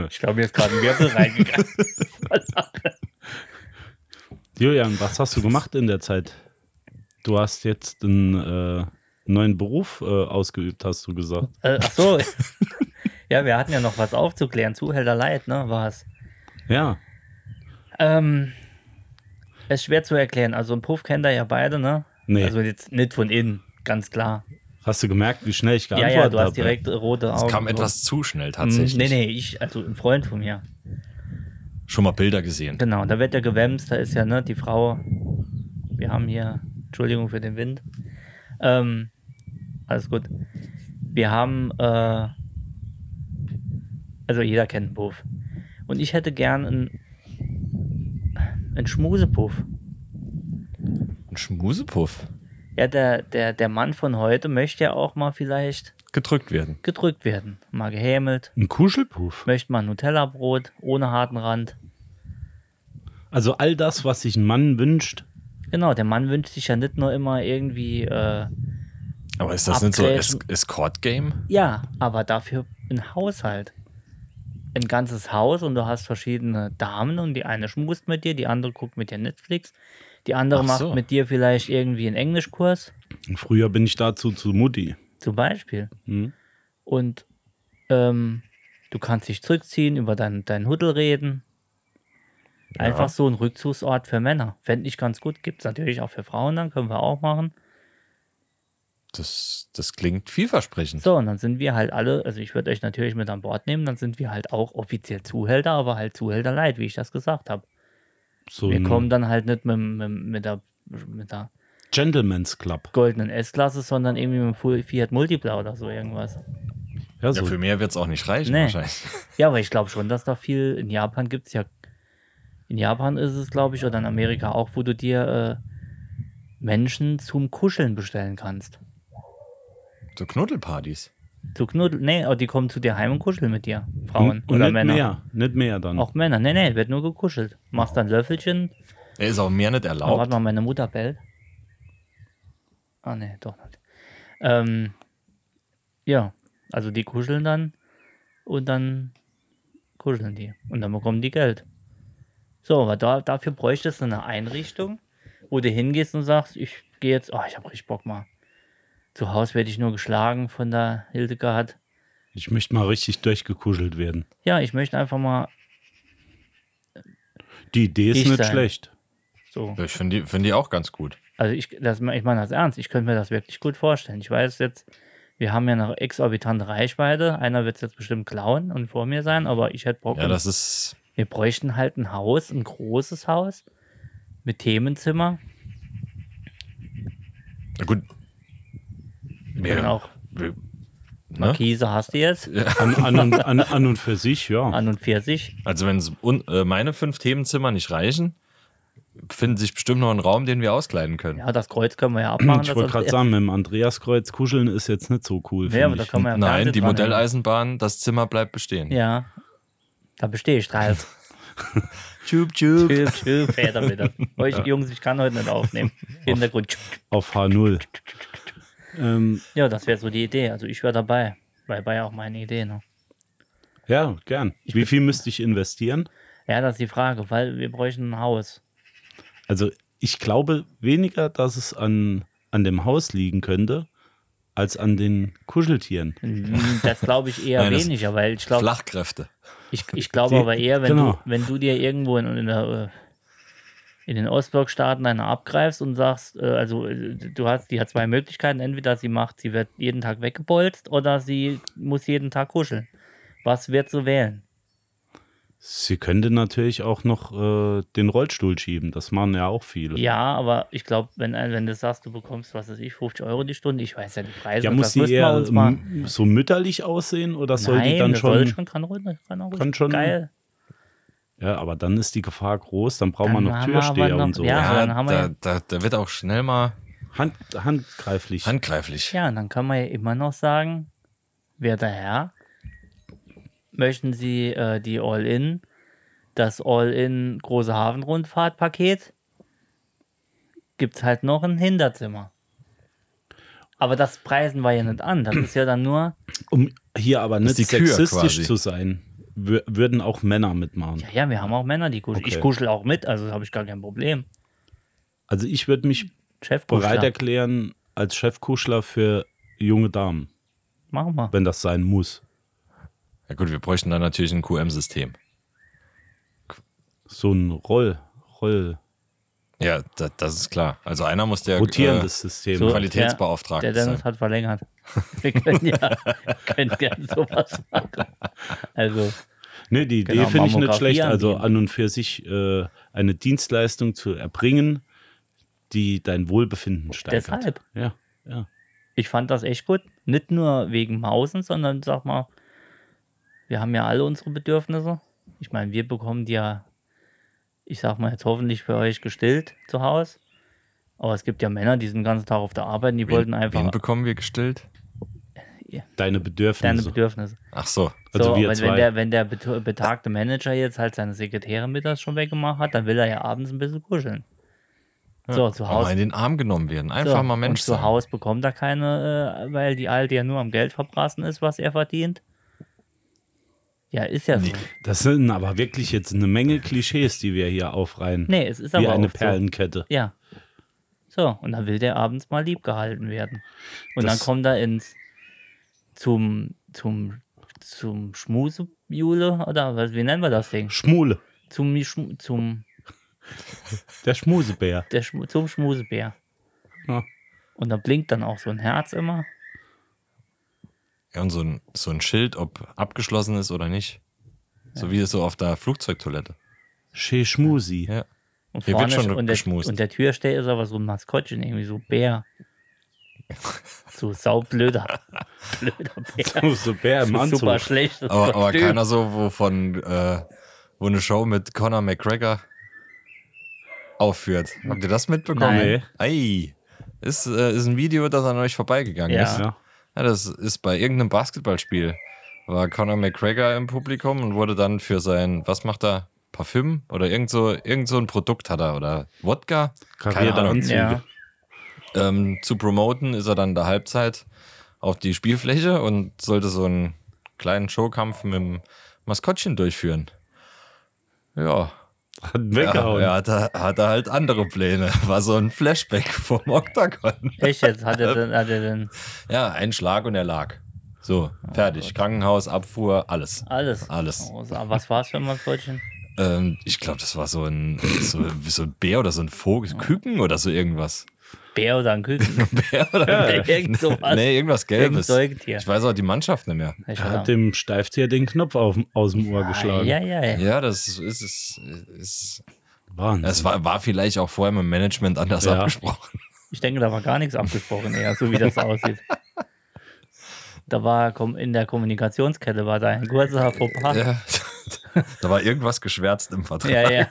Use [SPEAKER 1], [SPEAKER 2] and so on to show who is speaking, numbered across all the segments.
[SPEAKER 1] Ich glaube, mir ist gerade ein Wirbel reingegangen.
[SPEAKER 2] Julian, was hast du gemacht in der Zeit? Du hast jetzt einen äh, neuen Beruf äh, ausgeübt, hast du gesagt.
[SPEAKER 1] äh, ach so. ja, wir hatten ja noch was aufzuklären. Zuhälter Leid, ne, war es.
[SPEAKER 2] Ja,
[SPEAKER 1] Ähm, ist schwer zu erklären. Also, ein Puff kennt er ja beide, ne?
[SPEAKER 2] Nee.
[SPEAKER 1] Also, jetzt nicht von innen, ganz klar.
[SPEAKER 2] hast du gemerkt, wie schnell ich
[SPEAKER 1] Ja,
[SPEAKER 2] geantwortet
[SPEAKER 1] ja, du hast
[SPEAKER 2] habe?
[SPEAKER 1] direkt rote Augen.
[SPEAKER 3] Es kam etwas zu schnell
[SPEAKER 1] Hm,
[SPEAKER 3] tatsächlich.
[SPEAKER 1] Nee, nee, ich, also ein Freund von mir.
[SPEAKER 3] Schon mal Bilder gesehen.
[SPEAKER 1] Genau, da wird ja gewämst, da ist ja, ne, die Frau. Wir haben hier, Entschuldigung für den Wind. Ähm, alles gut. Wir haben, äh, also jeder kennt einen Puff. Und ich hätte gern einen, einen Schmusepuff.
[SPEAKER 3] Ein Schmusepuff.
[SPEAKER 1] Ja, der, der, der Mann von heute möchte ja auch mal vielleicht
[SPEAKER 3] Gedrückt werden.
[SPEAKER 1] gedrückt werden. Mal gehämelt,
[SPEAKER 2] Ein Kuschelpuff.
[SPEAKER 1] möchte mal ein Nutella-Brot ohne harten Rand.
[SPEAKER 2] Also all das, was sich ein Mann wünscht.
[SPEAKER 1] Genau, der Mann wünscht sich ja nicht nur immer irgendwie, äh,
[SPEAKER 3] Aber ist das nicht so es
[SPEAKER 1] Abgrätschen.
[SPEAKER 3] Escort-Game?
[SPEAKER 1] Ja, aber dafür ein Haushalt. Ein ganzes Haus und du hast verschiedene Damen und die eine schmust mit dir, die andere guckt mit dir Netflix, die andere
[SPEAKER 3] Ach
[SPEAKER 1] macht
[SPEAKER 3] so.
[SPEAKER 1] mit dir vielleicht irgendwie einen Englischkurs
[SPEAKER 2] Früher bin ich dazu zu Mutti.
[SPEAKER 1] zum Beispiel.
[SPEAKER 2] Hm?
[SPEAKER 1] Und ähm, du kannst dich zurückziehen, über deinen dein Huddel reden. Einfach so ein Rückzugsort für Männer. Fände ich ganz gut. Gibt es natürlich auch für Frauen, dann können wir auch machen.
[SPEAKER 3] Das, das klingt vielversprechend.
[SPEAKER 1] So, und dann sind wir halt alle, also ich würde euch natürlich mit an Bord nehmen, dann sind wir halt auch offiziell Zuhälter, aber halt Zuhälter leid, wie ich das gesagt habe.
[SPEAKER 2] So
[SPEAKER 1] Wir
[SPEAKER 2] ein
[SPEAKER 1] kommen dann halt nicht mit, mit, mit, der, mit der
[SPEAKER 2] Gentleman's Club.
[SPEAKER 1] goldenen S-Klasse, sondern irgendwie mit dem Fu- Fiat Multipla oder so irgendwas.
[SPEAKER 2] Ja,
[SPEAKER 3] Ja,
[SPEAKER 2] so.
[SPEAKER 3] für mehr wird es auch nicht reichen
[SPEAKER 1] Nee.
[SPEAKER 3] wahrscheinlich.
[SPEAKER 1] Ja, aber ich glaube schon, dass da viel, in Japan gibt es ja, in Japan ist es, glaube ich, oder in Amerika auch, wo du dir äh, Menschen zum Kuscheln bestellen kannst.
[SPEAKER 3] So Knuddelpartys.
[SPEAKER 1] Zu Knuddel, nee, aber die kommen zu dir heim und kuscheln mit dir, Frauen
[SPEAKER 2] und, und
[SPEAKER 1] oder
[SPEAKER 2] nicht
[SPEAKER 1] Männer.
[SPEAKER 2] mehr. Nicht mehr dann.
[SPEAKER 1] Auch Männer, nee, nee, wird nur gekuschelt. Machst dann Löffelchen,
[SPEAKER 3] Er ist auch mehr nicht
[SPEAKER 1] Oh, warte
[SPEAKER 3] erlaubt.
[SPEAKER 1] mal, meine Mutter bellt. Ah, ne, doch nicht. Ähm, ja, also die kuscheln dann und dann kuscheln die. Und dann bekommen die Geld. So, aber da, dafür bräuchte es eine Einrichtung, wo du hingehst und sagst, ich gehe jetzt, oh, ich habe richtig Bock mal. Zu Hause werde ich nur geschlagen von der Hildegard.
[SPEAKER 2] Ich möchte mal richtig durchgekuschelt werden.
[SPEAKER 1] Ja, ich möchte einfach mal
[SPEAKER 2] Die Idee ist
[SPEAKER 1] Ich
[SPEAKER 2] nicht
[SPEAKER 1] sein.
[SPEAKER 2] schlecht.
[SPEAKER 1] so.
[SPEAKER 3] Ja, Ich finde die, find die auch ganz gut.
[SPEAKER 1] Also ich, das, ich meine das ernst, ich könnte mir das wirklich gut vorstellen. Ich weiß jetzt, wir haben ja eine exorbitante Reichweite, einer wird es jetzt bestimmt klauen und vor mir sein, aber ich hätte Bock.
[SPEAKER 3] Mhm. Ja, das ist
[SPEAKER 1] Wir bräuchten halt ein Haus, ein großes Haus mit Themenzimmer.
[SPEAKER 3] Na gut.
[SPEAKER 1] Wir können auch
[SPEAKER 3] wir- ne?
[SPEAKER 1] Markise hast du jetzt
[SPEAKER 2] An, an, und- an, an und für sich, ja.
[SPEAKER 1] an und für sich.
[SPEAKER 3] Also wenn un äh, meine fünf Themenzimmer nicht reichen, finden sich bestimmt noch einen Raum, den wir auskleiden können.
[SPEAKER 1] Ja, das Kreuz können wir ja abmachen.
[SPEAKER 2] Ich
[SPEAKER 1] das
[SPEAKER 2] wollte
[SPEAKER 1] als
[SPEAKER 2] gerade
[SPEAKER 1] erstes.
[SPEAKER 2] sagen, mit dem Andreaskreuz kuscheln ist jetzt nicht so cool.
[SPEAKER 1] Ja, aber
[SPEAKER 2] find
[SPEAKER 1] da
[SPEAKER 2] ich.
[SPEAKER 1] kann man ja
[SPEAKER 3] Nein,
[SPEAKER 1] Fernseh
[SPEAKER 3] die
[SPEAKER 1] dranhängen.
[SPEAKER 3] Modelleisenbahn, das Zimmer bleibt bestehen.
[SPEAKER 1] Ja, da bestehe ich drauf.
[SPEAKER 3] Tschüp, tschüp.
[SPEAKER 1] Tschüss, tschüss, Väter, bitte. Euch Jungs, ich kann heute nicht aufnehmen. Hintergrund.
[SPEAKER 2] Auf H0. ähm,
[SPEAKER 1] Ja, das wäre so die Idee. Also ich wäre dabei. Weil war ja auch meine Idee. Ne?
[SPEAKER 2] ja, gern. Wie viel müsste ich investieren?
[SPEAKER 1] Ja, das ist die Frage, weil wir bräuchten ein Haus.
[SPEAKER 2] Also ich glaube weniger, dass es an, an dem Haus liegen könnte, als an den Kuscheltieren.
[SPEAKER 1] Mm, Das glaube ich eher
[SPEAKER 3] Nein, das-
[SPEAKER 1] weniger, weil ich glaube,
[SPEAKER 3] Flachkräfte.
[SPEAKER 1] ich, ich glaube
[SPEAKER 2] Die-
[SPEAKER 1] aber eher, wenn,
[SPEAKER 2] genau.
[SPEAKER 1] du, wenn du dir irgendwo in, in, der, äh, in den Ostblockstaaten eine abgreifst und sagst, äh, also äh, du hast, die hat zwei Möglichkeiten, entweder sie macht, sie wird jeden Tag weggebolzt oder sie muss jeden Tag kuscheln. Was wird sie wählen?
[SPEAKER 2] Sie könnte natürlich auch noch äh, den Rollstuhl schieben. Das machen ja auch viele.
[SPEAKER 1] Ja, aber ich glaube, wenn, äh, wenn du sagst, du bekommst, was weiß ich, 50 Euro die Stunde, ich weiß ja die Preise.
[SPEAKER 2] Ja, muss
[SPEAKER 1] also das müssten
[SPEAKER 2] die
[SPEAKER 1] wir
[SPEAKER 2] eher
[SPEAKER 1] uns mal-
[SPEAKER 2] m- so mütterlich aussehen oder soll
[SPEAKER 1] Nein,
[SPEAKER 2] die dann
[SPEAKER 1] das soll
[SPEAKER 2] schon,
[SPEAKER 1] schon, kann ruhig, ne, kann ruhig,
[SPEAKER 2] kann schon-
[SPEAKER 1] geil.
[SPEAKER 2] Ja, aber dann ist die Gefahr groß, dann braucht
[SPEAKER 1] Dann
[SPEAKER 2] man noch
[SPEAKER 1] haben wir aber
[SPEAKER 2] Türsteher
[SPEAKER 1] noch-
[SPEAKER 2] und so.
[SPEAKER 1] ja.
[SPEAKER 3] Ja,
[SPEAKER 1] Ah, dann haben wir
[SPEAKER 3] da,
[SPEAKER 1] ja-
[SPEAKER 3] da, da wird auch schnell mal
[SPEAKER 2] Hand, handgreiflich.
[SPEAKER 3] handgreiflich.
[SPEAKER 1] Ja, und dann kann man ja immer noch sagen, werter Herr, möchten Sie äh, die All-In, das All-In große Hafenrundfahrtpaket? Gibt es halt noch ein Hinterzimmer. Aber das preisen wir ja nicht an. Das ist ja dann nur,
[SPEAKER 2] Um hier aber nicht
[SPEAKER 3] die Kür
[SPEAKER 2] sexistisch
[SPEAKER 3] quasi.
[SPEAKER 2] zu sein, wür- würden auch Männer mitmachen.
[SPEAKER 1] ja, ja, wir haben auch Männer, die kuscheln. Ich
[SPEAKER 2] Okay.
[SPEAKER 1] kuschel auch mit, also habe ich gar kein Problem.
[SPEAKER 2] Also ich würde mich
[SPEAKER 1] Chef,
[SPEAKER 2] bereit erklären als Chefkuschler für junge Damen,
[SPEAKER 1] machen wir.
[SPEAKER 2] wenn das sein muss.
[SPEAKER 3] Ja gut, wir bräuchten dann natürlich ein QM-System.
[SPEAKER 2] So ein Roll, Roll,
[SPEAKER 3] Ja, da, das ist klar. Also einer muss der
[SPEAKER 2] rotierendes
[SPEAKER 3] äh,
[SPEAKER 2] System.
[SPEAKER 1] So,
[SPEAKER 3] Qualitätsbeauftragte
[SPEAKER 1] Der, der Dennis
[SPEAKER 3] sein.
[SPEAKER 1] hat verlängert. Wir können ja können gerne sowas machen. Also,
[SPEAKER 2] Ne, die
[SPEAKER 1] Genau,
[SPEAKER 2] Idee finde ich nicht
[SPEAKER 1] Mammographie
[SPEAKER 2] schlecht. Also
[SPEAKER 1] anbieten.
[SPEAKER 2] an und für sich äh, eine Dienstleistung zu erbringen, die dein Wohlbefinden steigert.
[SPEAKER 1] Deshalb.
[SPEAKER 2] Ja, ja.
[SPEAKER 1] ich fand das echt gut. Nicht nur wegen Mausen, sondern sag mal, wir haben ja alle unsere Bedürfnisse. Ich meine, wir bekommen die ja, ich sag mal, jetzt hoffentlich für euch gestillt zu Hause. Aber es gibt ja Männer, die sind den ganzen Tag auf der Arbeit und die wollten einfach
[SPEAKER 3] Wen bekommen wir gestillt?
[SPEAKER 2] Deine Bedürfnisse.
[SPEAKER 1] deine Bedürfnisse.
[SPEAKER 3] Ach so.
[SPEAKER 2] Also
[SPEAKER 1] so,
[SPEAKER 2] wir
[SPEAKER 1] wenn,
[SPEAKER 2] zwei.
[SPEAKER 1] wenn der, wenn der betu- betagte Manager jetzt halt seine Sekretärin mittags schon weggemacht hat, dann will er ja abends ein bisschen kuscheln. So, zu
[SPEAKER 3] Auch mal
[SPEAKER 1] Hause.
[SPEAKER 3] in den Arm genommen werden.
[SPEAKER 1] So,
[SPEAKER 3] Einfach mal Mensch
[SPEAKER 1] und zu
[SPEAKER 3] sein.
[SPEAKER 1] Hause bekommt er keine, äh, weil die Alte ja nur am Geld verbrassen ist, was er verdient. Ja, ist ja so. Nee,
[SPEAKER 2] das sind aber wirklich jetzt eine Menge Klischees, die wir hier aufreihen.
[SPEAKER 1] es ist
[SPEAKER 2] Wie
[SPEAKER 1] aber
[SPEAKER 2] eine
[SPEAKER 1] auch
[SPEAKER 2] Perlenkette.
[SPEAKER 1] So. Ja. So, und dann will der abends mal lieb gehalten werden. Und
[SPEAKER 2] Das-
[SPEAKER 1] dann kommt er ins zum, zum, zum Schmusejule, oder was, wie nennen wir das Ding?
[SPEAKER 2] Schmule.
[SPEAKER 1] Zum, Schm- zum,
[SPEAKER 2] Der Schmusebär.
[SPEAKER 1] der Schm zum Schmusebär.
[SPEAKER 2] Ja.
[SPEAKER 1] Und da blinkt dann auch so ein Herz immer.
[SPEAKER 3] Ja, und so ein, so ein Schild, ob abgeschlossen ist oder nicht. So wie so auf der Flugzeugtoilette.
[SPEAKER 2] Che Schmusi.
[SPEAKER 3] Ja.
[SPEAKER 1] Und
[SPEAKER 3] Hier wird
[SPEAKER 1] vorne
[SPEAKER 3] schon
[SPEAKER 1] und der,
[SPEAKER 3] geschmust.
[SPEAKER 1] und der Türsteher ist aber so ein Maskottchen, irgendwie so Bär. So saublöder. Blöder Bär.
[SPEAKER 2] Oh, so Bär im
[SPEAKER 1] So
[SPEAKER 2] Anzug.
[SPEAKER 1] super schlechtes
[SPEAKER 3] Aber, aber
[SPEAKER 1] Kostüm.
[SPEAKER 3] keiner so, wo von äh, wo eine Show mit Conor McGregor aufführt. Habt ihr das mitbekommen?
[SPEAKER 2] Nein.
[SPEAKER 3] Ei. Ist, äh, ist ein Video, das an euch vorbeigegangen
[SPEAKER 1] Ja.
[SPEAKER 3] ist.
[SPEAKER 2] Ja.
[SPEAKER 3] Ja, das ist bei irgendeinem Basketballspiel. War Conor McGregor im Publikum und wurde dann für sein, was macht er? Parfüm oder irgend so, irgend so ein Produkt hat er oder Wodka? Keine
[SPEAKER 2] Karierte
[SPEAKER 3] Ahnung.
[SPEAKER 2] Anzüge.
[SPEAKER 1] ja.
[SPEAKER 3] Ähm, zu promoten ist er dann in der Halbzeit auf die Spielfläche und sollte so einen kleinen Showkampf mit dem Maskottchen durchführen. Ja,
[SPEAKER 2] Hat ihn
[SPEAKER 3] ja,
[SPEAKER 2] weggehauen.
[SPEAKER 3] er hatte, hatte halt andere Pläne. War so ein Flashback vom Octagon.
[SPEAKER 1] Echt jetzt? Hat er denn, hat er denn
[SPEAKER 3] Ja, ein Schlag und er lag.
[SPEAKER 1] Oh
[SPEAKER 3] So, fertig. Krankenhaus, Abfuhr, alles.
[SPEAKER 1] alles?
[SPEAKER 3] Alles.
[SPEAKER 1] Oh, so, aber was war es für ein Maskottchen?
[SPEAKER 3] Ähm, ich glaube, das war so ein, so, so ein Bär oder so ein Vogel, Küken oder so irgendwas.
[SPEAKER 1] Bär oder ein Küken.
[SPEAKER 3] Bär oder
[SPEAKER 1] Irgend sowas.
[SPEAKER 3] Nee, irgendwas
[SPEAKER 1] Irgend
[SPEAKER 3] Gelbes.
[SPEAKER 1] Säugetier.
[SPEAKER 3] Ich weiß auch die Mannschaft nicht mehr.
[SPEAKER 1] Ich
[SPEAKER 2] Er
[SPEAKER 1] weiß
[SPEAKER 2] hat
[SPEAKER 1] auch.
[SPEAKER 2] dem Steiftier den Knopf auf, aus dem Ohr geschlagen.
[SPEAKER 1] ja, ja, ja.
[SPEAKER 3] Ja, das ist. ist, ist
[SPEAKER 2] Wahnsinn.
[SPEAKER 3] das war, war vielleicht auch vorher mit dem Management anders
[SPEAKER 2] Ja.
[SPEAKER 3] abgesprochen.
[SPEAKER 1] Ich denke, da war gar nichts abgesprochen, eher, so wie das aussieht. Da war kom- in der Kommunikationskette war da ein kurzer Fauxpas. Ja,
[SPEAKER 3] Ja. da war irgendwas geschwärzt im Vertrag.
[SPEAKER 1] ja, ja.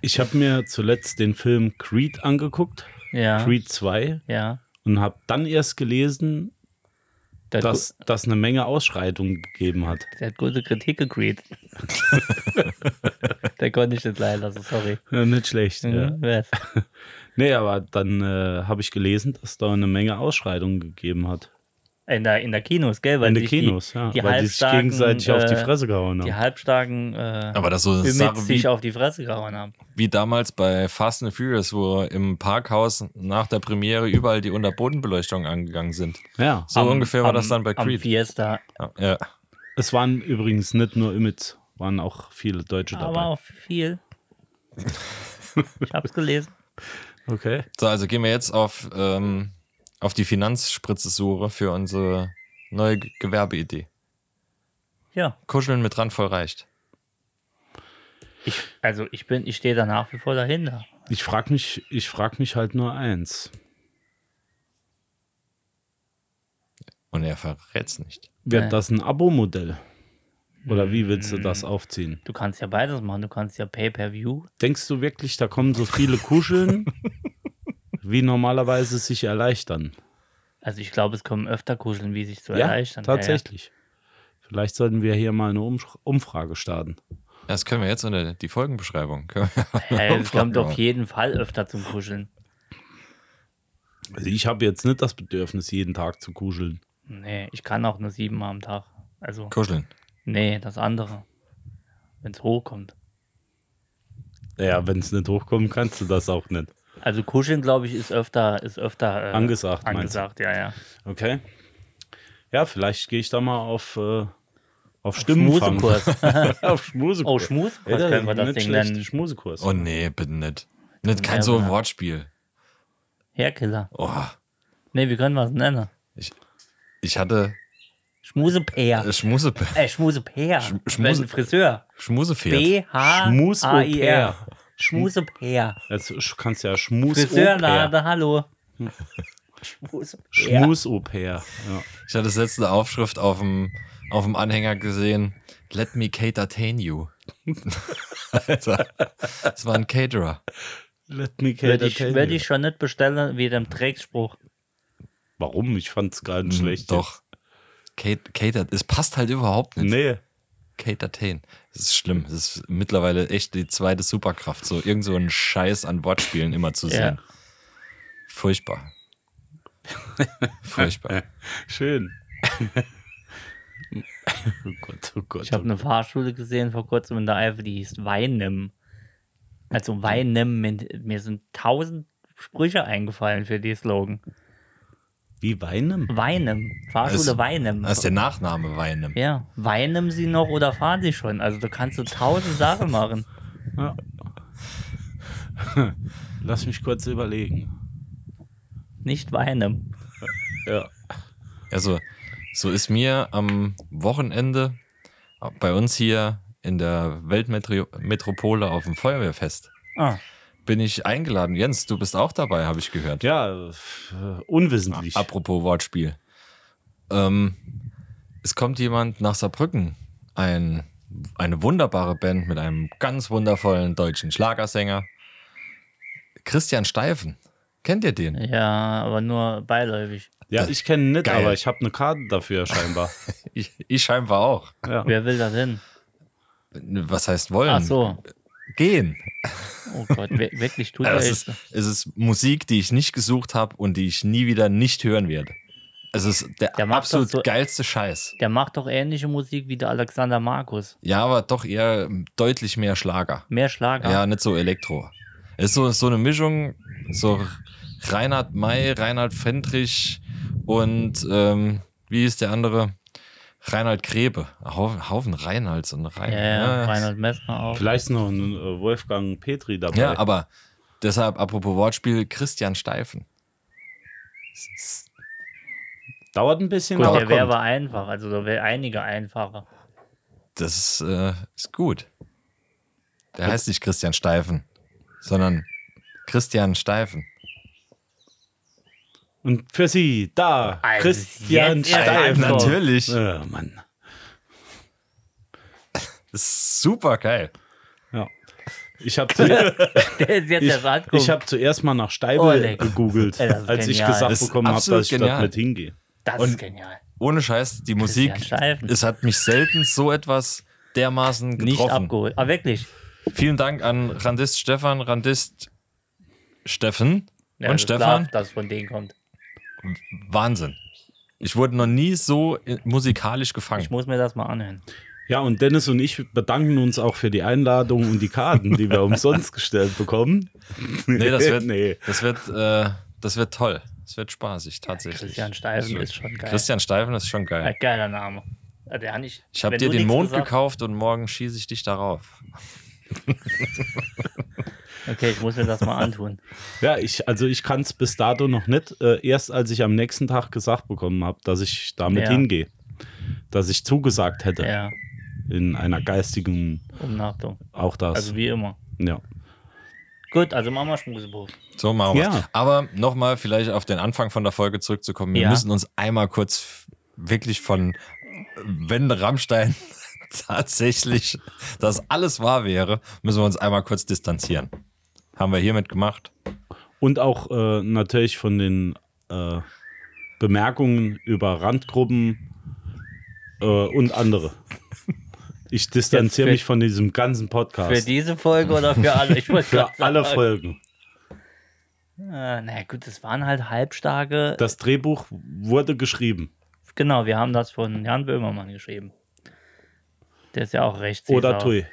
[SPEAKER 2] Ich habe mir zuletzt den Film Creed angeguckt,
[SPEAKER 1] ja,
[SPEAKER 2] Creed 2, und habe dann erst gelesen,
[SPEAKER 1] Der, hat
[SPEAKER 2] dass das eine Menge Ausschreitungen gegeben hat.
[SPEAKER 1] gu- der hat gute Kritik gekriegt. der konnte ich nicht leider lassen, sorry.
[SPEAKER 2] Ja, nicht schlecht. Ja.
[SPEAKER 1] Mhm, was?
[SPEAKER 2] Nee, aber dann äh, habe ich gelesen, dass da eine Menge Ausschreitungen gegeben hat.
[SPEAKER 1] In, der, in der Kinos, gell? Weil
[SPEAKER 2] In den
[SPEAKER 1] sich
[SPEAKER 2] Kinos,
[SPEAKER 1] die,
[SPEAKER 2] ja.
[SPEAKER 1] Die
[SPEAKER 2] weil die sich
[SPEAKER 1] halbstarken,
[SPEAKER 2] gegenseitig auf die
[SPEAKER 1] äh,
[SPEAKER 2] Fresse gehauen
[SPEAKER 1] Die
[SPEAKER 2] haben.
[SPEAKER 1] halbstarken äh,
[SPEAKER 3] Aber das ist so eine
[SPEAKER 1] Ümits
[SPEAKER 3] Sache
[SPEAKER 1] sich
[SPEAKER 3] wie,
[SPEAKER 1] auf die Fresse gehauen haben.
[SPEAKER 3] wie damals bei Fast and Furious, wo im Parkhaus nach der Premiere überall die Unterbodenbeleuchtung angegangen sind.
[SPEAKER 2] Ja,
[SPEAKER 3] So
[SPEAKER 1] Am-
[SPEAKER 3] ungefähr war
[SPEAKER 1] am-
[SPEAKER 3] das dann bei
[SPEAKER 1] Am
[SPEAKER 3] Creed.
[SPEAKER 1] Fiesta,
[SPEAKER 3] Ja.
[SPEAKER 2] es waren übrigens nicht nur Imits, waren auch viele Deutsche dabei.
[SPEAKER 1] aber auch viel. Ich hab's gelesen.
[SPEAKER 2] Okay.
[SPEAKER 3] So, also gehen wir jetzt auf, ähm, auf die Finanzspritzessuche für unsere neue G- Gewerbeidee.
[SPEAKER 1] Ja,
[SPEAKER 3] Kuscheln mit randvoll reicht.
[SPEAKER 1] ich, also ich bin, ich stehe da nach wie vor dahinter.
[SPEAKER 2] Ich frage mich, ich frag mich halt nur eins.
[SPEAKER 3] Und er verrät's nicht.
[SPEAKER 2] Wird
[SPEAKER 1] Nee. Mm.
[SPEAKER 2] das ein Abo-Modell? Oder wie willst du das aufziehen?
[SPEAKER 1] Du kannst ja beides machen. Du kannst ja Pay-per-View.
[SPEAKER 2] Denkst du wirklich, da kommen so viele Kuscheln, wie normalerweise sich erleichtern?
[SPEAKER 1] Also ich glaube, es kommen öfter Kuscheln, wie sich zu
[SPEAKER 2] ja,
[SPEAKER 1] erleichtern.
[SPEAKER 2] tatsächlich. Vielleicht sollten wir hier mal eine Umsch- Umfrage starten.
[SPEAKER 3] Das können wir jetzt unter die Folgenbeschreibung. Können wir-
[SPEAKER 1] Ja, ja. Äh, Es kommt auf jeden Fall öfter zum Kuscheln.
[SPEAKER 2] Also ich habe jetzt nicht das Bedürfnis, jeden Tag zu kuscheln.
[SPEAKER 1] Nee, ich kann auch nur siebenmal am Tag. Also,
[SPEAKER 3] Kuscheln.
[SPEAKER 1] nee, das andere. Wenn es hochkommt.
[SPEAKER 2] Ja, wenn es nicht hochkommt, kannst du das auch nicht.
[SPEAKER 1] Also Kuscheln, glaube ich, ist öfter, ist öfter äh,
[SPEAKER 2] Angesagt, meinst du?
[SPEAKER 1] Angesagt, ja, ja.
[SPEAKER 2] Okay. Ja, vielleicht gehe ich da mal auf, äh, auf Stimmenfang.
[SPEAKER 1] Schmusekurs.
[SPEAKER 2] auf Schmusekurs.
[SPEAKER 1] Oh, Schmusekurs
[SPEAKER 2] Ja,
[SPEAKER 1] können wir das
[SPEAKER 2] nicht
[SPEAKER 1] Ding
[SPEAKER 2] schlecht.
[SPEAKER 1] nennen.
[SPEAKER 2] Schmusekurs.
[SPEAKER 3] Oh nee, bitte nicht. nicht
[SPEAKER 1] Ja,
[SPEAKER 3] kein
[SPEAKER 1] genau.
[SPEAKER 3] so ein
[SPEAKER 1] aber-
[SPEAKER 3] Wortspiel.
[SPEAKER 1] Herkiller.
[SPEAKER 3] Oh,
[SPEAKER 1] Nee, wie können wir es nennen?
[SPEAKER 3] ich, ich hatte
[SPEAKER 1] Schmusepeer.
[SPEAKER 3] äh, Schmuse,
[SPEAKER 1] Äh, Schmusepeer.
[SPEAKER 3] Schm-
[SPEAKER 1] Wenn
[SPEAKER 3] Schmuse-
[SPEAKER 1] Friseur.
[SPEAKER 3] Schmusepferd.
[SPEAKER 1] B-H-A-I-R.
[SPEAKER 2] Schmus-Au-pair.
[SPEAKER 1] Schmusepeer.
[SPEAKER 2] Also, sch- kannst ja Schmus
[SPEAKER 1] Friseurlade, hallo. Schmusepeer.
[SPEAKER 2] Schmus-Au-pair. Ja.
[SPEAKER 3] Ich hatte das letzte Aufschrift auf dem, auf dem Anhänger gesehen. Let me catertain you. Alter, das war ein Caterer.
[SPEAKER 2] Let me
[SPEAKER 1] Würde ich,
[SPEAKER 2] entertain
[SPEAKER 1] würd
[SPEAKER 2] you.
[SPEAKER 1] ich schon nicht bestellen, wie dem Drecksspruch.
[SPEAKER 2] Warum? Ich fand's gar nicht
[SPEAKER 1] Hm,
[SPEAKER 2] schlecht.
[SPEAKER 3] Hm, Doch. Kate, Kate, es passt halt überhaupt nicht.
[SPEAKER 2] Nee.
[SPEAKER 3] Kate Attain. Das ist schlimm. Das ist mittlerweile echt die zweite Superkraft. So irgend so ein Scheiß an Wortspielen immer zu sehen. Furchtbar. Furchtbar.
[SPEAKER 2] Schön. oh Gott, oh Gott.
[SPEAKER 1] Ich habe eine Fahrschule gesehen vor kurzem in der Eifel, die hieß Weinem. Also Weinem, mir sind tausend Sprüche eingefallen für die Slogan.
[SPEAKER 2] Wie weinen?
[SPEAKER 1] Weinem, Fahrschule
[SPEAKER 3] Als-
[SPEAKER 1] Weinem.
[SPEAKER 3] Da ist der Nachname Weinem.
[SPEAKER 1] Ja, weinen sie noch oder fahren sie schon? Also da kannst du tausend Sachen machen.
[SPEAKER 2] Ja. Lass mich kurz überlegen.
[SPEAKER 1] Nicht weinen.
[SPEAKER 2] Ja.
[SPEAKER 3] Also, so ist mir am Wochenende bei uns hier in der Weltmetropole auf dem Feuerwehrfest
[SPEAKER 1] Ah,
[SPEAKER 3] bin ich eingeladen. Jens, du bist auch dabei, habe ich gehört.
[SPEAKER 2] Ja, äh, unwissentlich.
[SPEAKER 3] Apropos Wortspiel. Ähm, es kommt jemand nach Saarbrücken. Ein, eine wunderbare Band mit einem ganz wundervollen deutschen Schlagersänger. Christian Steifen. Kennt ihr den?
[SPEAKER 1] ja, aber nur beiläufig.
[SPEAKER 2] ja, ich kenne ihn nicht,
[SPEAKER 3] Geil.
[SPEAKER 2] aber ich habe eine Karte dafür scheinbar.
[SPEAKER 3] Ich, ich scheinbar auch.
[SPEAKER 2] Ja.
[SPEAKER 1] Wer will da hin?
[SPEAKER 3] Was heißt wollen?
[SPEAKER 1] Ach so.
[SPEAKER 3] Gehen.
[SPEAKER 1] Oh Gott, wir- wirklich tut
[SPEAKER 3] Also
[SPEAKER 1] er
[SPEAKER 3] es, ist,
[SPEAKER 1] echt.
[SPEAKER 3] es ist Musik, die ich nicht gesucht habe und die ich nie wieder nicht hören werde. Es ist der,
[SPEAKER 1] Der macht
[SPEAKER 3] absolut
[SPEAKER 1] doch so-
[SPEAKER 3] geilste Scheiß.
[SPEAKER 1] Der macht doch ähnliche Musik wie der Alexander Markus.
[SPEAKER 3] Ja, aber doch eher deutlich mehr Schlager.
[SPEAKER 1] Mehr Schlager.
[SPEAKER 3] Ja, nicht so Elektro. Es ist so, so eine Mischung, so Reinhard May, Reinhard Fendrich und ähm, wie ist der andere? Reinhard Grebe. Haufen, Haufen Reinhards und
[SPEAKER 1] ja,
[SPEAKER 3] Reinhard.
[SPEAKER 1] ja, Reinhard Messner auch.
[SPEAKER 2] Vielleicht noch ein äh, Wolfgang Petri dabei.
[SPEAKER 3] ja, aber Deshalb, apropos Wortspiel, Christian Steifen.
[SPEAKER 2] Dauert ein bisschen,
[SPEAKER 1] Gut,
[SPEAKER 2] aber
[SPEAKER 1] der wäre
[SPEAKER 2] kommt.
[SPEAKER 1] aber einfach. Also da wäre einige einfacher.
[SPEAKER 3] Das ist, äh, ist gut. Der heißt nicht Christian Steifen, sondern Christian Steifen.
[SPEAKER 2] Und für Sie, da,
[SPEAKER 1] Also
[SPEAKER 2] Christian
[SPEAKER 1] jetzt erst
[SPEAKER 2] Stein.
[SPEAKER 1] einmal.
[SPEAKER 2] Natürlich.
[SPEAKER 3] Natürlich.
[SPEAKER 2] Äh, Mann.
[SPEAKER 3] Das ist super geil.
[SPEAKER 2] Ja. Ich habe zu,
[SPEAKER 1] Der ist jetzt
[SPEAKER 2] ich,
[SPEAKER 1] erst angeguckt.
[SPEAKER 2] ich hab zuerst mal nach
[SPEAKER 1] Oh,
[SPEAKER 2] Steibel
[SPEAKER 1] lecker.
[SPEAKER 2] gegoogelt,
[SPEAKER 1] Ey, das ist
[SPEAKER 2] als ich
[SPEAKER 1] genial.
[SPEAKER 2] gesagt
[SPEAKER 3] Das ist
[SPEAKER 2] bekommen habe,
[SPEAKER 3] absolut
[SPEAKER 2] dass ich
[SPEAKER 3] genial.
[SPEAKER 2] dort mit hingehe.
[SPEAKER 1] das
[SPEAKER 3] und-
[SPEAKER 1] ist genial.
[SPEAKER 3] Ohne Scheiß, die Musik,
[SPEAKER 1] Christian Steifen.
[SPEAKER 3] es hat mich selten so etwas dermaßen
[SPEAKER 1] Nicht
[SPEAKER 3] getroffen.
[SPEAKER 1] abgeholt. Aber wirklich.
[SPEAKER 3] Vielen Dank an Randist Stefan, Randist Steffen
[SPEAKER 1] Ja,
[SPEAKER 3] und
[SPEAKER 1] das ist klar,
[SPEAKER 3] Stefan.
[SPEAKER 1] dass von denen kommt.
[SPEAKER 3] Wahnsinn. Ich wurde noch nie so äh, musikalisch
[SPEAKER 1] Ich
[SPEAKER 3] gefangen.
[SPEAKER 1] muss mir das mal anhören.
[SPEAKER 2] Ja, und Dennis und ich bedanken uns auch für die Einladung und die Karten, die wir umsonst gestellt bekommen.
[SPEAKER 3] Nee, das wird,
[SPEAKER 2] nee.
[SPEAKER 3] das wird, äh, das wird toll. Das wird spaßig, tatsächlich.
[SPEAKER 1] Christian Steifen
[SPEAKER 3] Das wird-
[SPEAKER 1] ist schon geil.
[SPEAKER 3] Christian Steifen ist schon geil.
[SPEAKER 1] Ein geiler Name. Ja, Der hat nicht,
[SPEAKER 3] Ich habe
[SPEAKER 1] wenn
[SPEAKER 3] dir
[SPEAKER 1] du
[SPEAKER 3] den
[SPEAKER 1] nichts
[SPEAKER 3] Mond
[SPEAKER 1] gesagt-
[SPEAKER 3] gekauft und morgen schieße ich dich darauf.
[SPEAKER 1] Okay, ich muss mir das mal antun.
[SPEAKER 2] Ja, ich, also ich kann es bis dato noch nicht. Äh, erst als ich am nächsten Tag gesagt bekommen habe, dass ich damit
[SPEAKER 1] Ja.
[SPEAKER 2] hingehe. Dass ich zugesagt hätte
[SPEAKER 1] ja,
[SPEAKER 2] in einer geistigen
[SPEAKER 1] Umnachtung.
[SPEAKER 2] auch das.
[SPEAKER 1] Also wie immer.
[SPEAKER 2] ja.
[SPEAKER 1] Gut, also machen wir Schmusebuch.
[SPEAKER 3] So machen wir
[SPEAKER 2] Ja.
[SPEAKER 3] Aber nochmal vielleicht auf den Anfang von der Folge zurückzukommen. Wir
[SPEAKER 1] Ja.
[SPEAKER 3] müssen uns einmal kurz f- wirklich von, äh, wenn Rammstein tatsächlich das alles wahr wäre, müssen wir uns einmal kurz distanzieren. Haben wir hiermit gemacht.
[SPEAKER 2] Und auch äh, natürlich von den äh, Bemerkungen über Randgruppen äh, und andere. Ich distanziere
[SPEAKER 1] für-
[SPEAKER 2] mich von diesem ganzen
[SPEAKER 1] Für
[SPEAKER 2] Podcast.
[SPEAKER 1] diese Folge oder für alle? Ich wollte
[SPEAKER 2] Für
[SPEAKER 1] grad sagen.
[SPEAKER 2] alle Folgen.
[SPEAKER 1] Äh, naja, gut, das waren halt halbstarke.
[SPEAKER 2] Das Drehbuch wurde geschrieben.
[SPEAKER 1] genau, wir haben das von Jan Böhmermann geschrieben. Der ist ja auch rechts.
[SPEAKER 2] Oder TUI.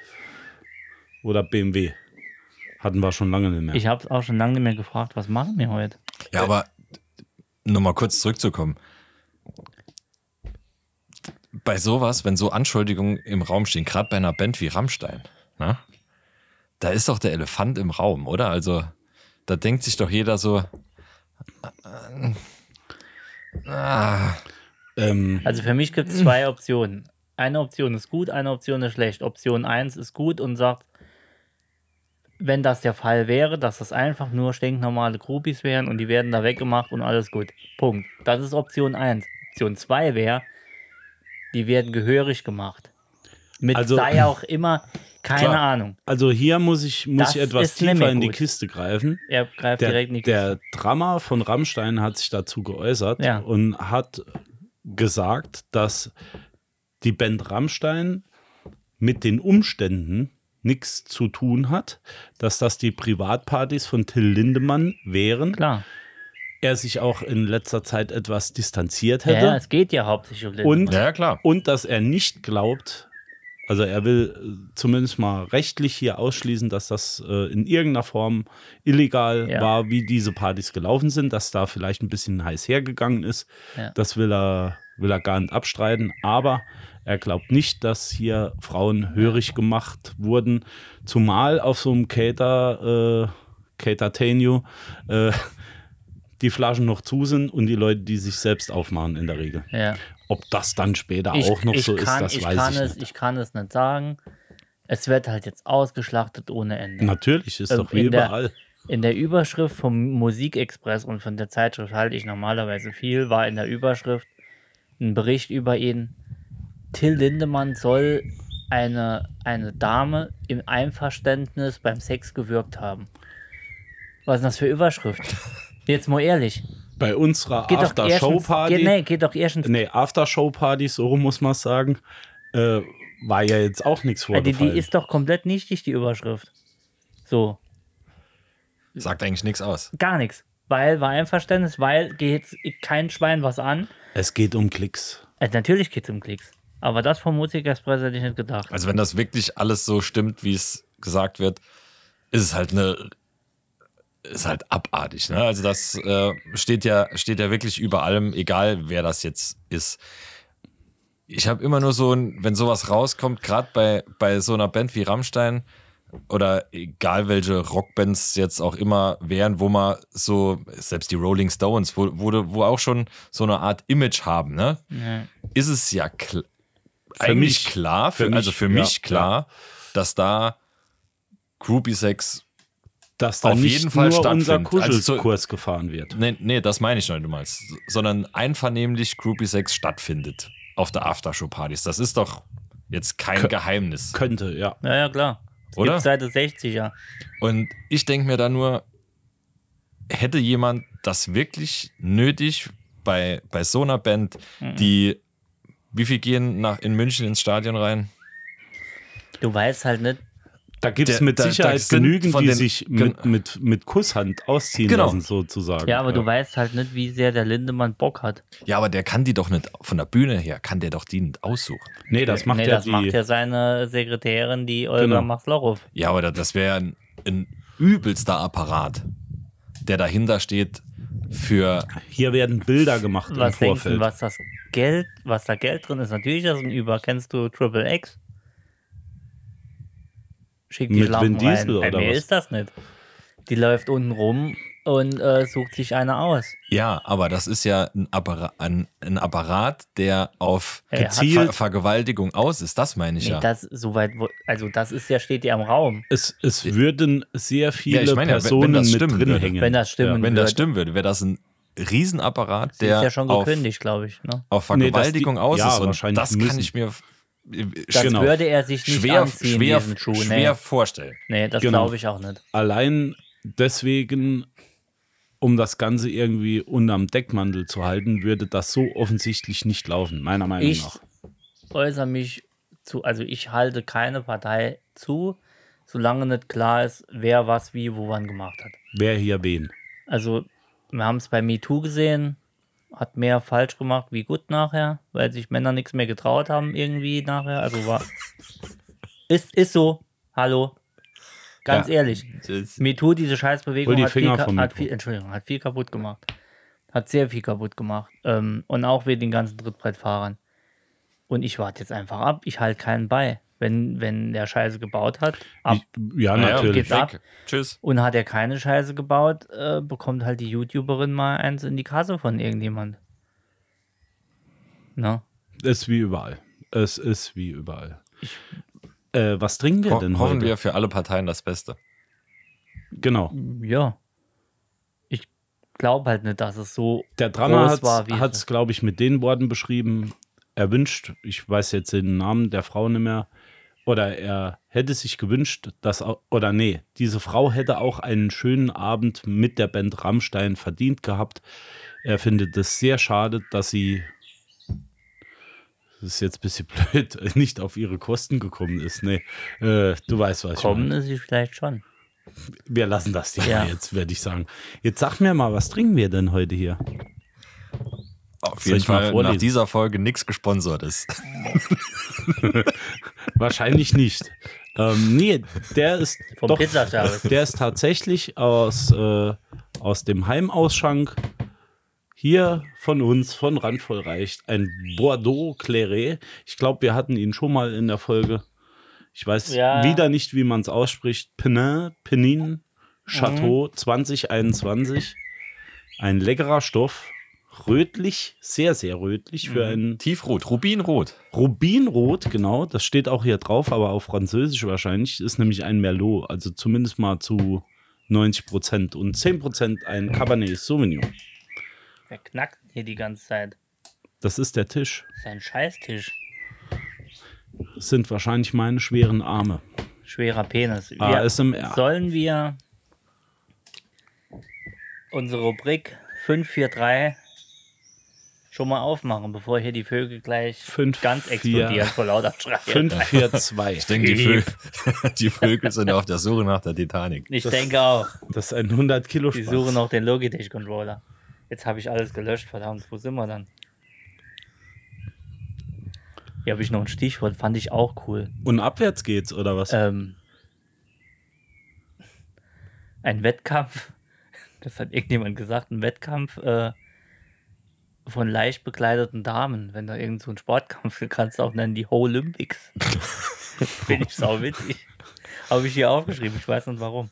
[SPEAKER 2] Oder BMW. Hatten wir schon lange nicht mehr.
[SPEAKER 1] Ich habe auch schon lange nicht mehr gefragt, was machen wir heute?
[SPEAKER 3] Ja, aber nochmal kurz zurückzukommen. Bei sowas, wenn so Anschuldigungen im Raum stehen, gerade bei einer Band wie Rammstein, ne? da ist doch der Elefant im Raum, oder? Also, da denkt sich doch jeder so, äh, äh, ah.
[SPEAKER 2] ähm,
[SPEAKER 1] Also für mich gibt es zwei Optionen. Eine Option ist gut, eine Option ist schlecht. Option 1 ist gut und sagt, wenn das der Fall wäre, dass das einfach nur stinknormale Groupies wären und die werden da weggemacht und alles gut. Punkt. Das ist Option 1. Option 2 wäre, die werden gehörig gemacht. Mit
[SPEAKER 2] Also-
[SPEAKER 1] sei auch immer, keine
[SPEAKER 3] Klar.
[SPEAKER 1] Ahnung.
[SPEAKER 2] also hier muss ich, muss
[SPEAKER 1] Das
[SPEAKER 2] ich etwas
[SPEAKER 1] ist nämlich
[SPEAKER 2] tiefer in die
[SPEAKER 1] gut.
[SPEAKER 2] Kiste greifen.
[SPEAKER 1] Er greift
[SPEAKER 2] Der,
[SPEAKER 1] direkt in die
[SPEAKER 2] der Drummer von Rammstein hat sich dazu geäußert
[SPEAKER 1] Ja.
[SPEAKER 2] und hat gesagt, dass die Band Rammstein mit den Umständen nichts zu tun hat, dass das die Privatpartys von Till Lindemann wären.
[SPEAKER 1] Klar.
[SPEAKER 2] Er sich auch in letzter Zeit etwas distanziert
[SPEAKER 1] Ja,
[SPEAKER 2] hätte.
[SPEAKER 1] ja, es geht ja hauptsächlich um Lindemann.
[SPEAKER 2] Und-
[SPEAKER 3] ja, ja, klar.
[SPEAKER 2] und dass er nicht glaubt, also er will äh, zumindest mal rechtlich hier ausschließen, dass das äh, in irgendeiner Form illegal
[SPEAKER 1] Ja.
[SPEAKER 2] war, wie diese Partys gelaufen sind, dass da vielleicht ein bisschen heiß hergegangen ist.
[SPEAKER 1] Ja.
[SPEAKER 2] Das will er, will er gar nicht abstreiten, aber er glaubt nicht, dass hier Frauen hörig gemacht wurden, zumal auf so einem Cater, äh, Cater Tenue, äh, die Flaschen noch zu sind und die Leute, die sich selbst aufmachen in der Regel.
[SPEAKER 1] ja.
[SPEAKER 2] Ob das dann später auch noch so
[SPEAKER 1] kann,
[SPEAKER 2] ist, das
[SPEAKER 1] ich
[SPEAKER 2] weiß
[SPEAKER 1] kann
[SPEAKER 2] ich
[SPEAKER 1] es,
[SPEAKER 2] nicht.
[SPEAKER 1] Ich kann es nicht sagen. Es wird halt jetzt ausgeschlachtet ohne Ende.
[SPEAKER 2] Natürlich ist
[SPEAKER 1] Ähm,
[SPEAKER 2] doch wie
[SPEAKER 1] in der-
[SPEAKER 2] überall.
[SPEAKER 1] In der Überschrift vom Musikexpress und von der Zeitschrift halte ich normalerweise viel, war in der Überschrift ein Bericht über ihn. Till Lindemann soll eine, eine Dame im Einverständnis beim Sex gewürgt haben. Was ist denn das für Überschrift? Jetzt mal ehrlich.
[SPEAKER 2] Bei unserer
[SPEAKER 1] Geht doch erstens, geht,
[SPEAKER 2] After-Show-Party,
[SPEAKER 1] nee,
[SPEAKER 2] nee,
[SPEAKER 1] geht doch erstens
[SPEAKER 2] After-Show-Party, so rum muss man es sagen, äh, war ja jetzt auch nichts
[SPEAKER 1] Also Äh, Die, die
[SPEAKER 2] vorgefallen.
[SPEAKER 1] ist doch komplett nichtig, die Überschrift. So,
[SPEAKER 3] Sagt eigentlich nichts aus.
[SPEAKER 1] gar nichts. Weil war Einverständnis, weil geht kein Schwein was an.
[SPEAKER 2] es geht um Klicks.
[SPEAKER 1] Also natürlich geht es um Klicks. Aber das vom Musikexpress hätte ich nicht gedacht.
[SPEAKER 3] Also, wenn das wirklich alles so stimmt, wie es gesagt wird, ist es halt eine. Ist halt abartig. Ne? Also, das äh, steht, ja, steht ja wirklich über allem, egal wer das jetzt ist. Ich habe immer nur so ein, wenn sowas rauskommt, gerade bei, bei so einer Band wie Rammstein, oder egal welche Rockbands jetzt auch immer wären, wo man so, selbst die Rolling Stones, wo, wo, du- wo auch schon so eine Art Image haben, ne?
[SPEAKER 1] Ja.
[SPEAKER 3] Ist es ja kl
[SPEAKER 2] Für
[SPEAKER 3] eigentlich
[SPEAKER 2] mich-
[SPEAKER 3] klar, für,
[SPEAKER 2] für mich,
[SPEAKER 3] also für
[SPEAKER 2] ja,
[SPEAKER 3] mich klar, dass da Groupie-Sex,
[SPEAKER 2] Dass da
[SPEAKER 3] Auf
[SPEAKER 2] nicht
[SPEAKER 3] jeden Fall
[SPEAKER 2] nur unser
[SPEAKER 3] stattfindet. Also zu-
[SPEAKER 2] Kuschelkurs gefahren wird.
[SPEAKER 3] nee, nee, das meine ich noch nicht mal, sondern einvernehmlich Groupie-Sex stattfindet auf der Aftershow-Partys. Das ist doch jetzt kein
[SPEAKER 2] Kö-
[SPEAKER 3] Geheimnis.
[SPEAKER 2] Könnte, ja.
[SPEAKER 1] Ja, ja, klar. Das
[SPEAKER 3] Oder?
[SPEAKER 1] Gibt's seit den 60er.
[SPEAKER 3] Und ich denke mir da nur, hätte jemand das wirklich nötig bei, bei so einer Band, die, wie viel gehen nach, in München ins Stadion rein?
[SPEAKER 1] Du weißt halt nicht,
[SPEAKER 2] Da gibt es
[SPEAKER 3] Der-
[SPEAKER 2] mit
[SPEAKER 3] da- da
[SPEAKER 2] Sicherheit
[SPEAKER 3] sind
[SPEAKER 2] genügend,
[SPEAKER 3] von
[SPEAKER 2] die
[SPEAKER 3] den-
[SPEAKER 2] sich
[SPEAKER 3] gen-
[SPEAKER 2] mit, mit, mit Kusshand ausziehen
[SPEAKER 3] Genau.
[SPEAKER 2] lassen, sozusagen.
[SPEAKER 1] ja, aber du weißt halt nicht, wie sehr der Lindemann Bock hat.
[SPEAKER 3] Ja, aber der kann die doch nicht, von der Bühne her, kann der doch die nicht aussuchen.
[SPEAKER 2] Nee, das macht
[SPEAKER 1] nee,
[SPEAKER 2] ja
[SPEAKER 1] das
[SPEAKER 2] die.
[SPEAKER 1] macht ja seine Sekretärin, die Olga
[SPEAKER 2] Genau.
[SPEAKER 1] Maslow.
[SPEAKER 3] Ja, aber da- das wäre ein, ein übelster Apparat, der dahinter steht für,
[SPEAKER 2] Hier werden Bilder gemacht
[SPEAKER 1] Was denkst
[SPEAKER 2] im
[SPEAKER 1] du,
[SPEAKER 2] Vorfeld.
[SPEAKER 1] was das Geld, was da Geld drin ist? Natürlich ist das ein Über. Kennst du Triple X? Schick die
[SPEAKER 2] Mit
[SPEAKER 1] Schlampen
[SPEAKER 2] Vin Diesel
[SPEAKER 1] rein. Bei
[SPEAKER 2] oder
[SPEAKER 1] mir
[SPEAKER 2] was?
[SPEAKER 1] ist das nicht. Die läuft unten rum und äh, sucht sich eine aus.
[SPEAKER 3] ja, aber das ist ja ein Apparat, ein, ein Apparat der auf
[SPEAKER 1] Er halt
[SPEAKER 2] hat-
[SPEAKER 3] Ver Vergewaltigung aus ist, das meine ich
[SPEAKER 1] Nee,
[SPEAKER 3] ja.
[SPEAKER 1] das soweit, wo- also das ist ja, steht ja im Raum.
[SPEAKER 2] Es, es würden sehr viele
[SPEAKER 3] Ja, ich meine ja, wenn- wenn
[SPEAKER 2] Personen
[SPEAKER 3] das
[SPEAKER 2] mit
[SPEAKER 3] stimmen
[SPEAKER 2] drin
[SPEAKER 3] würde.
[SPEAKER 2] hängen.
[SPEAKER 1] Wenn das stimmen
[SPEAKER 3] Wenn das
[SPEAKER 1] würde.
[SPEAKER 3] stimmen würde, wäre das ein Riesenapparat,
[SPEAKER 1] Die
[SPEAKER 3] der
[SPEAKER 1] ist ja schon
[SPEAKER 3] auf,
[SPEAKER 1] gekündigt, glaube ich. Ne?
[SPEAKER 3] auf
[SPEAKER 2] Nee, dass
[SPEAKER 3] Vergewaltigung
[SPEAKER 2] die-
[SPEAKER 3] aus
[SPEAKER 2] ja,
[SPEAKER 3] ist. Und
[SPEAKER 2] wahrscheinlich
[SPEAKER 3] das kann
[SPEAKER 2] müssen.
[SPEAKER 3] ich mir
[SPEAKER 1] Das
[SPEAKER 2] Genau.
[SPEAKER 1] würde er sich nicht
[SPEAKER 3] schwer,
[SPEAKER 1] anziehen,
[SPEAKER 3] schwer,
[SPEAKER 1] diesen Schuh. ne?
[SPEAKER 3] schwer
[SPEAKER 1] Nee.
[SPEAKER 3] vorstellen.
[SPEAKER 1] nee, das
[SPEAKER 2] Genau.
[SPEAKER 1] glaube ich auch nicht.
[SPEAKER 2] Allein deswegen, um das Ganze irgendwie unterm Deckmantel zu halten, würde das so offensichtlich nicht laufen, meiner Meinung
[SPEAKER 1] Ich
[SPEAKER 2] nach.
[SPEAKER 1] äußere mich zu, also ich halte keine Partei zu, solange nicht klar ist, wer was wie wo wann gemacht hat.
[SPEAKER 2] Wer hier wen?
[SPEAKER 1] Also wir haben es bei MeToo gesehen, hat mehr falsch gemacht wie gut nachher, weil sich Männer nichts mehr getraut haben irgendwie nachher. Also war ist ist so. Hallo, ganz
[SPEAKER 3] Ja.
[SPEAKER 1] ehrlich. MeToo, diese Scheißbewegung,
[SPEAKER 2] Hol die
[SPEAKER 1] hat, viel,
[SPEAKER 2] Finger
[SPEAKER 1] ka-
[SPEAKER 2] vom
[SPEAKER 1] hat,
[SPEAKER 2] Mikro.
[SPEAKER 1] viel, Entschuldigung, hat viel kaputt gemacht. Hat sehr viel kaputt gemacht. Ähm, und auch wegen den ganzen Trittbrettfahrern. Und ich warte jetzt einfach ab. Ich halte keinen bei. Wenn, wenn der Scheiße gebaut hat, ab.
[SPEAKER 2] Ja,
[SPEAKER 3] Ja,
[SPEAKER 2] natürlich.
[SPEAKER 1] geht's ab.
[SPEAKER 3] Weg. Tschüss.
[SPEAKER 1] Und hat er keine Scheiße gebaut, äh, bekommt halt die YouTuberin mal eins in die Kasse von irgendjemand. Na?
[SPEAKER 2] Es ist wie überall. Es ist wie überall. Äh, was trinken wir
[SPEAKER 3] Ho
[SPEAKER 2] denn
[SPEAKER 3] hoffen
[SPEAKER 2] heute?
[SPEAKER 3] wir für alle Parteien das Beste.
[SPEAKER 2] Genau.
[SPEAKER 1] Ja. Ich glaube halt nicht, dass es so
[SPEAKER 2] Der Drama
[SPEAKER 1] groß war wie
[SPEAKER 2] hat es, glaube ich, mit den Worten beschrieben. Er wünscht, ich weiß jetzt den Namen der Frau nicht mehr, oder er hätte sich gewünscht, dass, au- oder nee, diese Frau hätte auch einen schönen Abend mit der Band Rammstein verdient gehabt. Er findet es sehr schade, dass sie, das ist jetzt ein bisschen blöd, nicht auf ihre Kosten gekommen ist. Nee, äh, du weißt, was ich meine.
[SPEAKER 1] gekommen ist, ich vielleicht schon.
[SPEAKER 2] Wir lassen das Thema
[SPEAKER 1] Ja.
[SPEAKER 2] jetzt, werde ich sagen. Jetzt sag mir mal, was trinken wir denn heute hier?
[SPEAKER 3] Auf
[SPEAKER 2] Soll
[SPEAKER 3] jeden
[SPEAKER 2] ich mal
[SPEAKER 3] Fall nach
[SPEAKER 2] vorlesen?
[SPEAKER 3] dieser Folge nichts gesponsert ist.
[SPEAKER 2] Wahrscheinlich nicht. ähm, nee, der ist
[SPEAKER 1] Vom
[SPEAKER 2] doch,
[SPEAKER 1] Pizzaservice.
[SPEAKER 2] der ist tatsächlich aus, äh, aus dem Heimausschank hier von uns, von Randvoll reicht, ein Bordeaux Claret. Ich glaube, wir hatten ihn schon mal in der Folge. Ich weiß
[SPEAKER 1] Ja.
[SPEAKER 2] wieder nicht, wie man es ausspricht. Penin, Penin, Chateau
[SPEAKER 1] Mhm.
[SPEAKER 2] 2021. Ein leckerer Stoff. Rötlich, sehr, sehr rötlich für
[SPEAKER 1] Mhm.
[SPEAKER 2] einen
[SPEAKER 3] Tiefrot, Rubinrot.
[SPEAKER 2] Rubinrot, genau, das steht auch hier drauf, aber auf Französisch wahrscheinlich, ist nämlich ein Merlot, also zumindest mal zu 90 Prozent und 10 Prozent ein Cabernet Sauvignon.
[SPEAKER 1] Wer knackt hier die ganze Zeit?
[SPEAKER 2] Das ist der Tisch.
[SPEAKER 1] Sein Scheißtisch.
[SPEAKER 2] Das sind wahrscheinlich meine schweren Arme.
[SPEAKER 1] Schwerer Penis.
[SPEAKER 2] Ah,
[SPEAKER 1] Wir,
[SPEAKER 2] ASMR.
[SPEAKER 1] Sollen wir unsere Rubrik 543 schon mal aufmachen, bevor hier die Vögel gleich
[SPEAKER 2] Fünf,
[SPEAKER 1] ganz
[SPEAKER 2] vier-
[SPEAKER 1] explodieren vor lauter Schreien?
[SPEAKER 2] 5, 4, 2.
[SPEAKER 3] Ich denke, die, Vögel, die Vögel sind auf der Suche nach der Titanic.
[SPEAKER 1] Ich denke auch.
[SPEAKER 2] Das ist ein 100 Kilo
[SPEAKER 1] Die
[SPEAKER 2] Spaß.
[SPEAKER 1] suchen noch den Logitech-Controller. Jetzt habe ich alles gelöscht, verdammt. Wo sind wir dann? Hier habe ich noch ein Stichwort, fand ich auch cool.
[SPEAKER 2] Und abwärts geht's, oder was?
[SPEAKER 3] Äh,
[SPEAKER 1] ähm, ein Wettkampf, das hat irgendjemand gesagt, ein Wettkampf äh, von leicht bekleideten Damen, wenn da irgend so ein Sportkampf, du kannst auch nennen die Olympics. Finde ich sau witzig. Habe ich hier aufgeschrieben. Ich weiß nicht warum.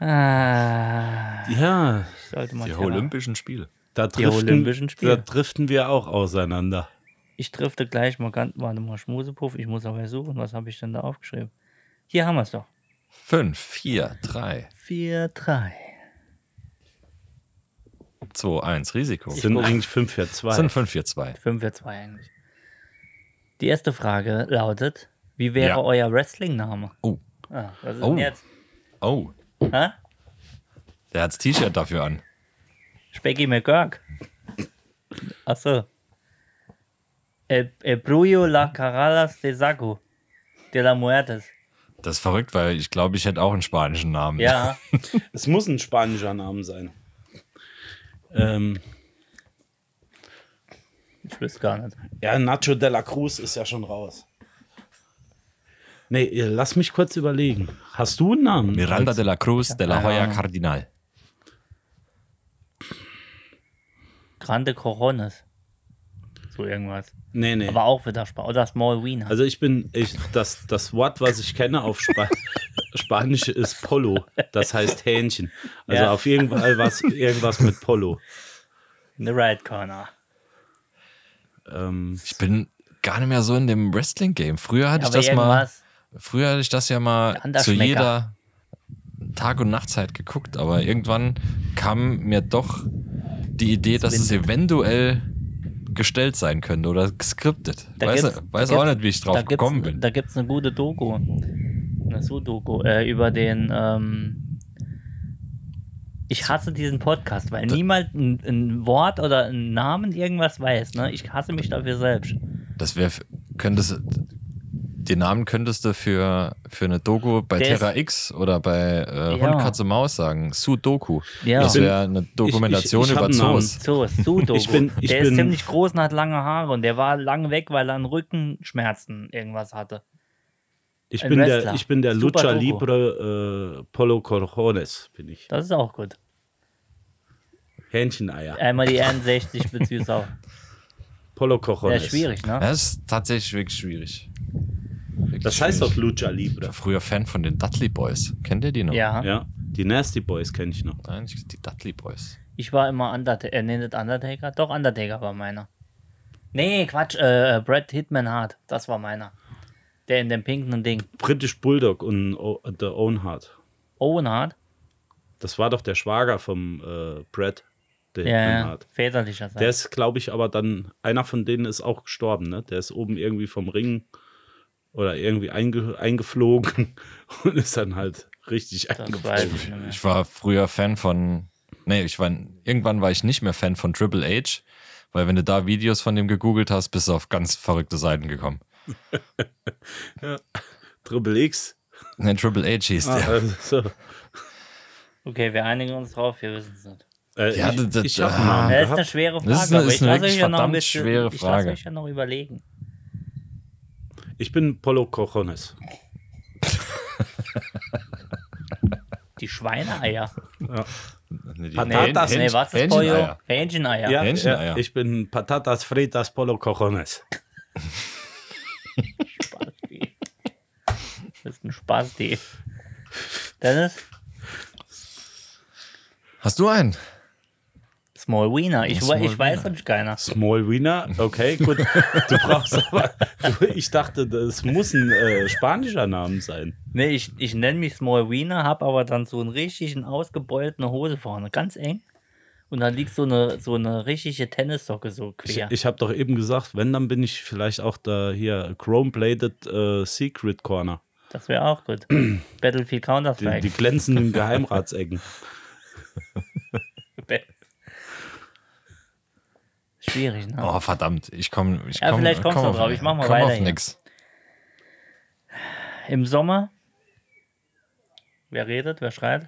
[SPEAKER 1] Ah,
[SPEAKER 2] Ja,
[SPEAKER 1] ich sollte mal
[SPEAKER 3] Die
[SPEAKER 1] Teller-
[SPEAKER 3] Olympischen Spiele.
[SPEAKER 2] da
[SPEAKER 1] Olympischen
[SPEAKER 2] driften,
[SPEAKER 1] Spiele.
[SPEAKER 2] da driften wir auch auseinander.
[SPEAKER 1] Ich drifte gleich mal ganz. Warte mal, Schmusepuff. Ich muss aber suchen. Was habe ich denn da aufgeschrieben? Hier haben wir es doch.
[SPEAKER 3] Fünf, vier, drei,
[SPEAKER 1] 4, 3.
[SPEAKER 3] zwei, eins. Risiko.
[SPEAKER 2] Sind eigentlich 5 für 2.
[SPEAKER 3] sind 5, 4, 2.
[SPEAKER 1] 5 für 2 eigentlich. Die erste Frage lautet: Wie wäre
[SPEAKER 3] Ja.
[SPEAKER 1] euer Wrestling-Name?
[SPEAKER 3] Oh,
[SPEAKER 1] Ah, was ist
[SPEAKER 3] Oh.
[SPEAKER 1] denn jetzt?
[SPEAKER 3] oh.
[SPEAKER 1] Hä?
[SPEAKER 3] Der hat das T-Shirt dafür an.
[SPEAKER 1] Specky McGurk. Achso. El, el Bruyo E, la Caralas de Saco de la Muertes.
[SPEAKER 3] Das ist verrückt, weil ich glaube, ich hätte auch einen spanischen Namen.
[SPEAKER 1] Ja,
[SPEAKER 2] Es muss ein spanischer Name sein. Ähm,
[SPEAKER 1] ich wüsste gar nicht.
[SPEAKER 2] ja, Nacho de la Cruz ist ja schon raus. Nee, ihr- lass mich kurz überlegen. Hast du einen Namen?
[SPEAKER 3] Miranda de la Cruz de la Hoya Cardinal.
[SPEAKER 1] Grande Coronas. So irgendwas.
[SPEAKER 2] Nee, nee.
[SPEAKER 1] Aber auch wieder Spaß. Oder Small Wiener.
[SPEAKER 2] Also ich bin, ich, das, das Wort, was ich kenne auf Spa Spanisch ist Polo. Das heißt Hähnchen. Also
[SPEAKER 1] Ja.
[SPEAKER 2] auf jeden Fall was, irgendwas mit Polo.
[SPEAKER 1] The Right Corner.
[SPEAKER 2] Ähm,
[SPEAKER 3] Ich bin gar nicht mehr so in dem Wrestling-Game. Früher hatte
[SPEAKER 1] Aber
[SPEAKER 3] ich das mal.
[SPEAKER 1] irgendwas.
[SPEAKER 3] Früher hatte ich das ja mal zu
[SPEAKER 1] Anderschmecker.
[SPEAKER 3] jeder Tag- und Nachtzeit geguckt, aber irgendwann kam mir doch die Idee, dass es eventuell gestellt sein könnte oder geskriptet.
[SPEAKER 1] Da
[SPEAKER 3] weiß
[SPEAKER 1] gibt's-
[SPEAKER 3] weiß
[SPEAKER 1] da
[SPEAKER 3] auch
[SPEAKER 1] gibt's-
[SPEAKER 3] nicht, wie ich
[SPEAKER 1] da
[SPEAKER 3] drauf
[SPEAKER 1] gibt's-
[SPEAKER 3] gekommen bin.
[SPEAKER 1] Da gibt es eine gute Doku. Eine Su-Doku. Äh, über den. Ähm, ich hasse diesen Podcast, weil niemand ein, ein Wort oder einen Namen irgendwas weiß. Ne? Ich hasse mich dafür selbst.
[SPEAKER 3] Das wäre, könntest den Namen könntest du für, für eine Doku bei
[SPEAKER 1] Der
[SPEAKER 3] Terra X oder bei äh,
[SPEAKER 1] Ja.
[SPEAKER 3] Hund, Katze, Maus sagen. Sudoku.
[SPEAKER 1] Ja.
[SPEAKER 3] Das
[SPEAKER 1] Ich bin-
[SPEAKER 3] wäre eine Dokumentation
[SPEAKER 2] ich- ich hab
[SPEAKER 3] über
[SPEAKER 2] einen Namen.
[SPEAKER 3] Zoos.
[SPEAKER 1] So, Su-Doku.
[SPEAKER 2] Ich bin- ich
[SPEAKER 1] der ist
[SPEAKER 2] bin-
[SPEAKER 1] ziemlich groß und hat lange Haare und der war lang weg, weil er an Rückenschmerzen irgendwas hatte.
[SPEAKER 2] ich,
[SPEAKER 1] Ein
[SPEAKER 2] bin der,
[SPEAKER 1] Wrestler.
[SPEAKER 2] ich bin der
[SPEAKER 1] Super
[SPEAKER 2] Lucha
[SPEAKER 1] Doku.
[SPEAKER 2] Libre äh, Polo Corjones, bin ich.
[SPEAKER 1] Das ist auch gut.
[SPEAKER 2] Hähncheneier.
[SPEAKER 1] Einmal die N60 bezüglich auch.
[SPEAKER 2] Polo
[SPEAKER 1] Sehr
[SPEAKER 2] Corjones.
[SPEAKER 1] schwierig, ne?
[SPEAKER 3] Das ist tatsächlich wirklich schwierig. Wirklich
[SPEAKER 2] Das heißt
[SPEAKER 3] schwierig.
[SPEAKER 2] doch Lucha Libre.
[SPEAKER 3] früher Fan von den Dudley Boys. Kennt ihr die noch?
[SPEAKER 1] Ja.
[SPEAKER 2] Ja, die Nasty Boys kenne ich noch.
[SPEAKER 3] Nein, ich- die Dudley Boys.
[SPEAKER 1] Ich war immer Undertaker. Äh, nee, nicht Undertaker. Doch, Undertaker war meiner. Nee, Quatsch. Äh, äh, Brad Hitman Hart. Das war meiner. Der in dem pinken Ding.
[SPEAKER 2] British Bulldog und O- The Own Heart.
[SPEAKER 1] Owen Hart.
[SPEAKER 2] Das war doch der Schwager vom äh, Brad, der
[SPEAKER 1] Ja,
[SPEAKER 2] Hitman
[SPEAKER 1] ja.
[SPEAKER 2] Hart.
[SPEAKER 1] Väterlicher sein.
[SPEAKER 2] Der ist, glaube ich, aber dann, einer von denen ist auch gestorben, ne? Der ist oben irgendwie vom Ring oder irgendwie einge, eingeflogen und ist dann halt richtig
[SPEAKER 1] das
[SPEAKER 2] eingeflogen.
[SPEAKER 1] weiß ich nicht mehr.
[SPEAKER 3] Ich war früher Fan von. Nee, ich war, irgendwann war ich nicht mehr Fan von Triple H, weil wenn du da Videos von dem gegoogelt hast, bist du auf ganz verrückte Seiten gekommen.
[SPEAKER 2] Triple X.
[SPEAKER 3] Nee, Triple H hieß
[SPEAKER 2] Ah,
[SPEAKER 3] der.
[SPEAKER 2] also, so.
[SPEAKER 1] Okay, wir einigen uns drauf. Wir wissen es nicht.
[SPEAKER 2] äh,
[SPEAKER 3] Ja,
[SPEAKER 2] ich
[SPEAKER 3] das-
[SPEAKER 2] ich habe
[SPEAKER 3] ah.
[SPEAKER 2] einen Namen
[SPEAKER 1] Das ist eine schwere
[SPEAKER 2] gehabt.
[SPEAKER 1] Frage.
[SPEAKER 3] Das ist eine-
[SPEAKER 1] aber
[SPEAKER 3] ist
[SPEAKER 1] ich
[SPEAKER 3] eine
[SPEAKER 1] lasse mich
[SPEAKER 3] wirklich
[SPEAKER 1] ja noch ein
[SPEAKER 3] verdammt
[SPEAKER 1] bisschen,
[SPEAKER 3] schwere
[SPEAKER 1] Ich lasse
[SPEAKER 3] Frage.
[SPEAKER 1] mich ja noch überlegen.
[SPEAKER 2] Ich bin Polo Cojones.
[SPEAKER 1] Die Schweineeier.
[SPEAKER 3] Nee, die
[SPEAKER 2] Patatas.
[SPEAKER 3] Hähn-
[SPEAKER 1] nee, was ist
[SPEAKER 3] Hähncheneier.
[SPEAKER 1] Pollo? Hähncheneier.
[SPEAKER 2] Ja,
[SPEAKER 3] Hähncheneier.
[SPEAKER 2] ja, ich bin Patatas Fritas Polo Cojones.
[SPEAKER 1] Spasti. Das ist ein Spasti. Dennis?
[SPEAKER 3] Hast du einen?
[SPEAKER 1] Small Wiener. Ich,
[SPEAKER 3] Small
[SPEAKER 1] ich weiß
[SPEAKER 3] Wiener.
[SPEAKER 1] nämlich keiner.
[SPEAKER 2] Small Wiener, okay, gut. Du brauchst aber, du, ich dachte, das muss ein äh, spanischer Name sein.
[SPEAKER 1] Nee, ich, ich nenne mich Small Wiener, hab aber dann so einen richtigen ausgebeulten Hose vorne, ganz eng. Und dann liegt so eine, so eine richtige Tennissocke so
[SPEAKER 2] Ich,
[SPEAKER 1] quer.
[SPEAKER 2] ich habe doch eben gesagt, wenn, dann bin ich vielleicht auch da hier Chrome-Plated äh, Secret Corner.
[SPEAKER 1] das wäre auch gut. Battlefield
[SPEAKER 2] Die, die
[SPEAKER 1] Counter-Strike.
[SPEAKER 2] glänzenden Geheimratsecken.
[SPEAKER 1] Schwierig, ne?
[SPEAKER 3] Oh, verdammt. Ich komme ich
[SPEAKER 1] Ja,
[SPEAKER 3] komm,
[SPEAKER 1] vielleicht kommst
[SPEAKER 3] komm
[SPEAKER 1] du
[SPEAKER 3] auf-
[SPEAKER 1] drauf. Ich mach mal
[SPEAKER 3] komm
[SPEAKER 1] weiter
[SPEAKER 3] auf
[SPEAKER 1] hier.
[SPEAKER 3] nix.
[SPEAKER 1] Im Sommer. Wer redet, wer schreit?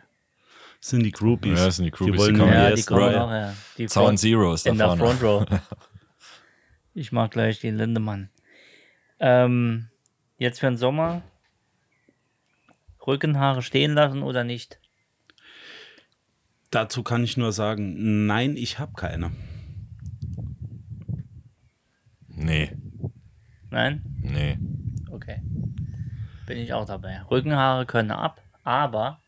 [SPEAKER 2] Das sind die Groupies.
[SPEAKER 3] Ja, das sind die Groupies,
[SPEAKER 2] Die
[SPEAKER 3] die
[SPEAKER 2] wollen
[SPEAKER 3] kommen
[SPEAKER 2] nur
[SPEAKER 3] Ja,
[SPEAKER 2] die
[SPEAKER 3] jetzt
[SPEAKER 2] ersten
[SPEAKER 1] kommen
[SPEAKER 3] Roy.
[SPEAKER 1] auch
[SPEAKER 2] Reihe.
[SPEAKER 1] her. Die
[SPEAKER 3] Zaun
[SPEAKER 1] Front-
[SPEAKER 3] Zero ist da
[SPEAKER 1] in der
[SPEAKER 3] vorne.
[SPEAKER 1] Front Row. Ich mag gleich den Lindemann. Ähm, jetzt für den Sommer. Rückenhaare stehen lassen oder nicht?
[SPEAKER 2] Dazu kann ich nur sagen, nein, ich habe keine.
[SPEAKER 3] Nee,
[SPEAKER 1] Nein?
[SPEAKER 3] nee.
[SPEAKER 1] Okay. bin ich auch dabei. Rückenhaare können ab, aber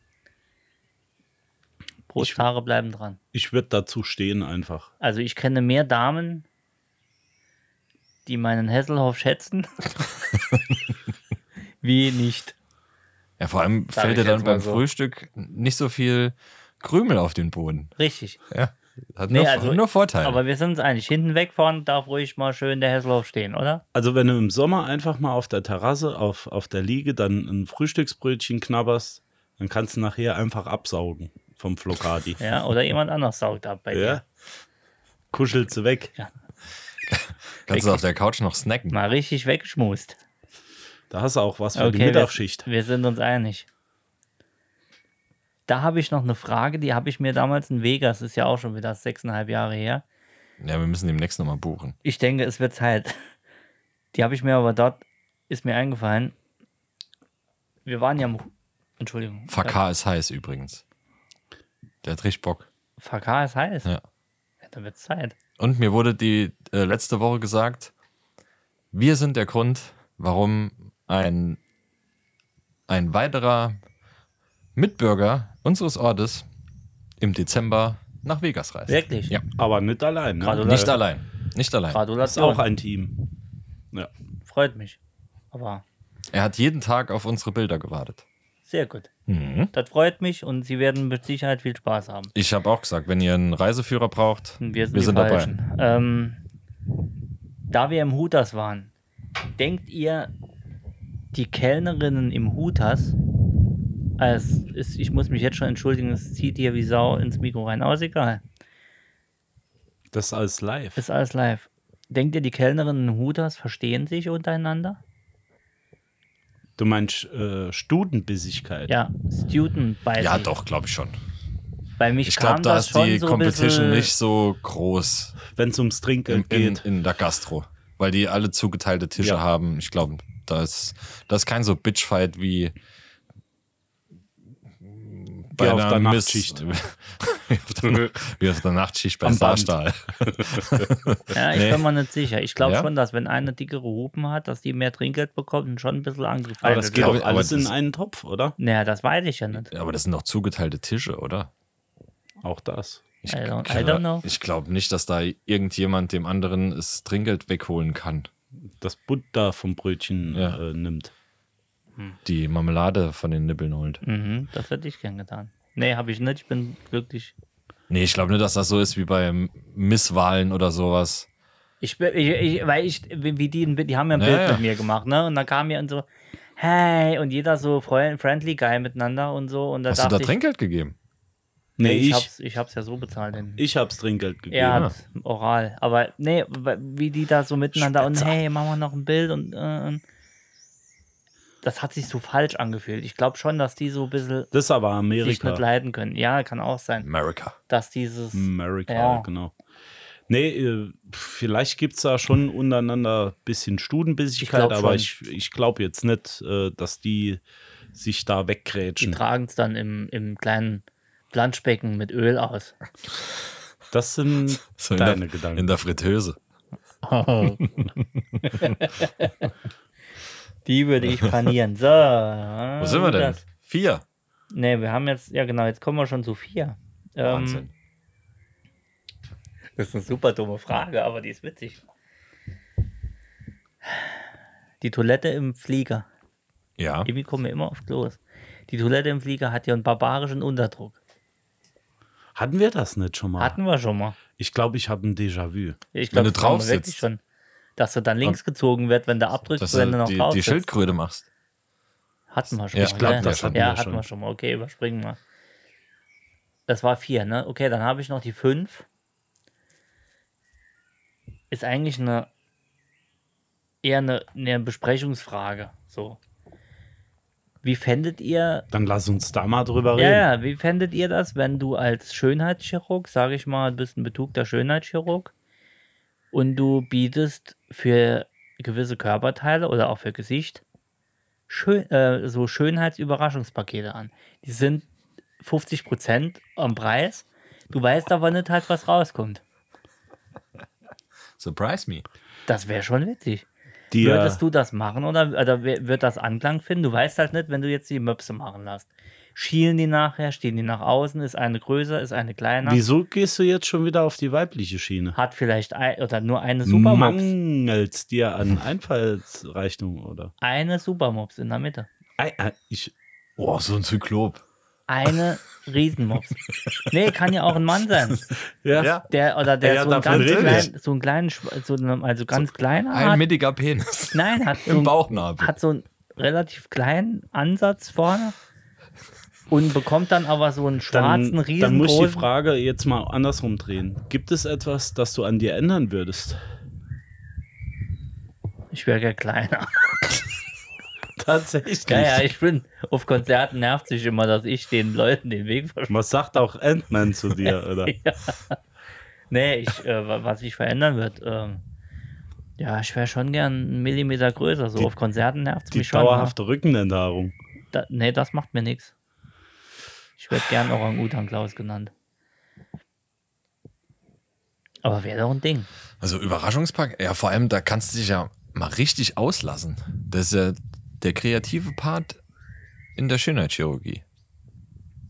[SPEAKER 1] Brusthaare bleiben dran.
[SPEAKER 2] Ich würde dazu stehen einfach.
[SPEAKER 1] Also ich kenne mehr Damen, die meinen Hesselhoff schätzen, wie nicht.
[SPEAKER 3] Ja, vor allem
[SPEAKER 4] Sag
[SPEAKER 3] fällt
[SPEAKER 4] ich
[SPEAKER 3] dir dann
[SPEAKER 4] jetzt mal
[SPEAKER 3] beim
[SPEAKER 4] so.
[SPEAKER 3] Frühstück nicht so viel Krümel auf den Boden.
[SPEAKER 1] Richtig.
[SPEAKER 3] Ja. Hat
[SPEAKER 1] Nee,
[SPEAKER 3] nur,
[SPEAKER 1] also-
[SPEAKER 3] nur Vorteile.
[SPEAKER 1] Aber wir sind uns einig. Hinten weg, vorne darf ruhig mal schön der Hesselhoff stehen, oder?
[SPEAKER 2] Also wenn du im Sommer einfach mal auf der Terrasse, auf, auf der Liege, dann ein Frühstücksbrötchen knabberst, dann kannst du nachher einfach absaugen vom Flocati.
[SPEAKER 1] Ja, oder jemand anders saugt ab bei dir.
[SPEAKER 2] ja. Kuschelt sie weg.
[SPEAKER 3] Kannst du auf der Couch noch snacken.
[SPEAKER 1] Mal richtig weggeschmust.
[SPEAKER 2] Da hast du auch was für die
[SPEAKER 1] wir-
[SPEAKER 2] Mittagsschicht.
[SPEAKER 1] Wir sind uns einig. Da habe ich noch eine Frage, die habe ich mir damals in Vegas, ist ja auch schon wieder sechseinhalb Jahre her.
[SPEAKER 3] Ja, wir müssen demnächst nochmal buchen.
[SPEAKER 1] Ich denke, es wird Zeit. Die habe ich mir aber dort, ist mir eingefallen. Wir waren ja am. Entschuldigung.
[SPEAKER 3] Fakar ist heiß übrigens. Der hat richtig Bock.
[SPEAKER 1] Fakar ist heiß.
[SPEAKER 3] Ja.
[SPEAKER 1] Ja, dann wird Zeit.
[SPEAKER 3] Und mir wurde die äh, letzte Woche gesagt, wir sind der Grund, warum ein, ein weiterer Mitbürger unseres Ortes im Dezember nach Vegas reist.
[SPEAKER 1] Wirklich?
[SPEAKER 3] Ja,
[SPEAKER 2] Aber nicht allein. Ne?
[SPEAKER 1] Gratulation.
[SPEAKER 3] nicht allein. Nicht allein.
[SPEAKER 2] Ist auch
[SPEAKER 1] Gratulation.
[SPEAKER 2] ein Team. Ja.
[SPEAKER 1] Freut mich. Aber
[SPEAKER 3] Er hat jeden Tag auf unsere Bilder gewartet.
[SPEAKER 1] sehr gut.
[SPEAKER 3] Mhm.
[SPEAKER 1] Das freut mich und Sie werden mit Sicherheit viel Spaß haben.
[SPEAKER 3] Ich habe auch gesagt, wenn ihr einen Reiseführer braucht,
[SPEAKER 1] Und Wir sind,
[SPEAKER 3] wir
[SPEAKER 1] die
[SPEAKER 3] sind dabei.
[SPEAKER 1] Falschen. Ähm, da wir im Hooters waren, denkt ihr, die Kellnerinnen im Hooters, äh, es ist, ich muss mich jetzt schon entschuldigen, es zieht hier wie Sau ins Mikro rein, aber ist egal,
[SPEAKER 2] Das ist alles live.
[SPEAKER 1] ist alles live. Denkt ihr, die Kellnerinnen im Hooters verstehen sich untereinander?
[SPEAKER 2] Du meinst äh, Studenbissigkeit.
[SPEAKER 1] Ja, Student bei
[SPEAKER 3] Ja, doch, glaube ich schon.
[SPEAKER 1] Bei mich
[SPEAKER 3] Ich
[SPEAKER 1] kam
[SPEAKER 3] glaube, da
[SPEAKER 1] das
[SPEAKER 3] ist
[SPEAKER 1] schon
[SPEAKER 3] die
[SPEAKER 1] so ein
[SPEAKER 3] Competition
[SPEAKER 1] bisschen,
[SPEAKER 3] nicht so groß.
[SPEAKER 2] Wenn es ums Trinkgeld
[SPEAKER 3] in,
[SPEAKER 2] geht.
[SPEAKER 3] in der Gastro, weil die alle zugeteilte Tische
[SPEAKER 2] Ja.
[SPEAKER 3] haben. Ich glaube, da ist, da ist kein so Bitchfight wie bei
[SPEAKER 2] Ja, auf
[SPEAKER 3] einer
[SPEAKER 2] der
[SPEAKER 3] Miss-
[SPEAKER 2] Nachtschicht.
[SPEAKER 3] wie, auf der, wie auf der Nachtschicht bei
[SPEAKER 2] Am Band.
[SPEAKER 3] Saarstahl.
[SPEAKER 1] Ja, ich
[SPEAKER 3] Nee.
[SPEAKER 1] bin mir nicht sicher. Ich glaube
[SPEAKER 3] Ja?
[SPEAKER 1] schon, dass wenn eine dickere Hupen hat, dass die mehr Trinkgeld bekommt und schon ein bisschen angefeindet
[SPEAKER 2] aber das geht
[SPEAKER 3] glaub
[SPEAKER 2] doch
[SPEAKER 3] ich, aber
[SPEAKER 2] alles in
[SPEAKER 3] das-
[SPEAKER 2] einen Topf, oder?
[SPEAKER 1] Naja, das weiß ich ja nicht.
[SPEAKER 3] Aber das sind doch zugeteilte Tische, oder?
[SPEAKER 2] Auch das.
[SPEAKER 3] Ich,
[SPEAKER 1] I don't- I don't know.
[SPEAKER 3] ich glaube nicht, dass da irgendjemand dem anderen das Trinkgeld wegholen kann.
[SPEAKER 2] Das Butter vom Brötchen
[SPEAKER 3] Ja.
[SPEAKER 2] äh, nimmt.
[SPEAKER 3] Die Marmelade von den Nippeln holt.
[SPEAKER 1] Mhm, das hätte ich gern getan. Nee, habe ich nicht. Ich bin glücklich.
[SPEAKER 3] Nee, ich glaube nicht, dass das so ist wie bei Misswahlen oder sowas.
[SPEAKER 1] Ich, bin- ich, ich weil ich, wie wie die, die haben ja ein
[SPEAKER 3] Ja,
[SPEAKER 1] Bild
[SPEAKER 3] ja.
[SPEAKER 1] mit mir gemacht, ne? Und dann kam mir und so, hey, und jeder so freund- friendly geil miteinander und so. Und da
[SPEAKER 3] Hast du
[SPEAKER 1] dachte
[SPEAKER 3] da
[SPEAKER 1] ich,
[SPEAKER 3] Trinkgeld gegeben?
[SPEAKER 2] Nee,
[SPEAKER 1] ich,
[SPEAKER 2] ich,
[SPEAKER 1] hab's, ich hab's ja so bezahlt. Denn
[SPEAKER 2] ich hab's Trinkgeld gegeben.
[SPEAKER 1] er hat oral. Aber nee, wa- wie die da so miteinander und hey, machen wir noch ein Bild und, äh, und das hat sich so falsch angefühlt. Ich glaube schon, dass die so ein bisschen
[SPEAKER 2] Das ist aber
[SPEAKER 1] sich nicht
[SPEAKER 2] Amerika.
[SPEAKER 1] leiden können. Ja, kann auch sein.
[SPEAKER 3] America.
[SPEAKER 1] Dass dieses.
[SPEAKER 2] Amerika,
[SPEAKER 1] Ja.
[SPEAKER 2] genau. Nee, äh, vielleicht gibt es da schon untereinander ein bisschen
[SPEAKER 1] Ich
[SPEAKER 2] Studenbissigkeit,
[SPEAKER 1] glaub
[SPEAKER 2] aber
[SPEAKER 1] schon.
[SPEAKER 2] ich, ich glaube jetzt nicht, äh, dass die sich da
[SPEAKER 1] Die
[SPEAKER 2] wegkrätschen.
[SPEAKER 1] tragen es dann im, im kleinen Planschbecken mit Öl aus.
[SPEAKER 2] Das sind
[SPEAKER 3] So in
[SPEAKER 2] deine
[SPEAKER 3] der,
[SPEAKER 2] Gedanken.
[SPEAKER 3] In der Fritteuse.
[SPEAKER 1] Die würde ich panieren. So. Wo
[SPEAKER 3] Wo sind wir denn? Vier.
[SPEAKER 1] Ne, wir haben jetzt, ja genau, jetzt kommen wir schon zu vier. Ähm,
[SPEAKER 3] Wahnsinn.
[SPEAKER 1] Das ist eine super dumme Frage, aber die ist witzig. Die Toilette im Flieger.
[SPEAKER 3] Ja.
[SPEAKER 1] Irgendwie kommen wir immer auf Klos. Die Toilette im Flieger hat ja einen barbarischen Unterdruck.
[SPEAKER 2] Hatten wir das nicht schon mal?
[SPEAKER 1] Hatten wir schon mal.
[SPEAKER 2] Ich glaube, ich habe ein Déjà-vu.
[SPEAKER 1] Ich
[SPEAKER 3] Ah.
[SPEAKER 1] glaube,
[SPEAKER 3] Wenn du
[SPEAKER 1] das haben
[SPEAKER 3] drauf
[SPEAKER 1] wir wirklich
[SPEAKER 3] sitzt.
[SPEAKER 1] schon. Dass du dann links gezogen wird, wenn der
[SPEAKER 3] Dass
[SPEAKER 1] abdrückst,
[SPEAKER 3] du
[SPEAKER 1] wenn du noch
[SPEAKER 3] die,
[SPEAKER 1] drauf
[SPEAKER 3] die
[SPEAKER 1] sitzt.
[SPEAKER 3] Schildkröte machst.
[SPEAKER 1] Hatten wir schon
[SPEAKER 3] Ja,
[SPEAKER 1] mal.
[SPEAKER 3] ich glaub,
[SPEAKER 1] ja.
[SPEAKER 3] das
[SPEAKER 2] hatten
[SPEAKER 1] ja,
[SPEAKER 2] wir
[SPEAKER 1] hatten wir
[SPEAKER 2] schon.
[SPEAKER 1] schon mal. Okay, überspringen wir. Das war vier, ne? Okay, dann habe ich noch die fünf. Ist eigentlich eine eher eine, eine Besprechungsfrage. So. Wie fändet ihr,
[SPEAKER 2] Dann lass uns da mal drüber
[SPEAKER 1] ja, ja,
[SPEAKER 2] reden.
[SPEAKER 1] wie fändet ihr das, wenn du als Schönheitschirurg, sage ich mal, du bist ein betugter Schönheitschirurg und du bietest für gewisse Körperteile oder auch für Gesicht schön, äh, so Schönheitsüberraschungspakete an. Die sind 50% am Preis. Du weißt aber nicht halt, was rauskommt.
[SPEAKER 3] Surprise me.
[SPEAKER 1] Das wäre schon witzig.
[SPEAKER 2] Die,
[SPEAKER 1] Würdest du das machen oder, oder wer- wird das Anklang finden? Du weißt halt nicht, wenn du jetzt die Möpse machen lässt. Schielen die nachher, stehen die nach außen, ist eine größer, ist eine kleiner,
[SPEAKER 2] wieso gehst du jetzt schon wieder auf die weibliche Schiene?
[SPEAKER 1] hat vielleicht ein, oder nur eine Supermops.
[SPEAKER 2] Mangels dir an Einfallsreichtum, oder?
[SPEAKER 1] Eine Supermops in der Mitte.
[SPEAKER 2] Ei, ei, Ich,
[SPEAKER 3] Boah, so ein Zyklop.
[SPEAKER 1] Eine Riesenmops. Nee, kann ja auch ein Mann sein.
[SPEAKER 2] ja,
[SPEAKER 3] Ja.
[SPEAKER 1] Der, oder der
[SPEAKER 2] Ja,
[SPEAKER 1] so, einen
[SPEAKER 2] davon
[SPEAKER 1] ganz
[SPEAKER 2] rede ich.
[SPEAKER 1] kleinen, so einen kleinen, Schw- so einen, also ganz kleiner
[SPEAKER 3] Ein
[SPEAKER 1] hat.
[SPEAKER 3] mittiger Penis.
[SPEAKER 1] Nein, hat so
[SPEAKER 3] Im
[SPEAKER 1] einen
[SPEAKER 3] Bauchnabel.
[SPEAKER 1] hat so einen relativ kleinen Ansatz vorne und bekommt dann aber so einen
[SPEAKER 2] dann,
[SPEAKER 1] schwarzen, riesengroßen.
[SPEAKER 2] dann muss ich die Frage jetzt mal andersrum drehen. Gibt es etwas, das du an dir ändern würdest?
[SPEAKER 1] Ich wäre gern kleiner.
[SPEAKER 2] Tatsächlich.
[SPEAKER 1] Ja, ja, ich bin auf Konzerten nervt sich immer, dass ich den Leuten den Weg verschwinde.
[SPEAKER 2] Was sagt auch Ant-Man zu dir, oder?
[SPEAKER 1] Nee, ich, äh, wa- was ich verändern wird. Ähm, ja, ich wäre schon gern einen Millimeter größer. So auf Konzerten nervt es
[SPEAKER 2] Die
[SPEAKER 1] mich schon. ne?
[SPEAKER 2] dauerhafte Rückenenthaarung.
[SPEAKER 1] Da, nee, das macht mir nichts. Ich werde gern Orang-Utan Klaus genannt. Aber wäre doch ein Ding.
[SPEAKER 3] Also Überraschungspack. Ja, vor allem, da kannst du dich ja mal richtig auslassen. Das ist ja der kreative Part in der Schönheitschirurgie.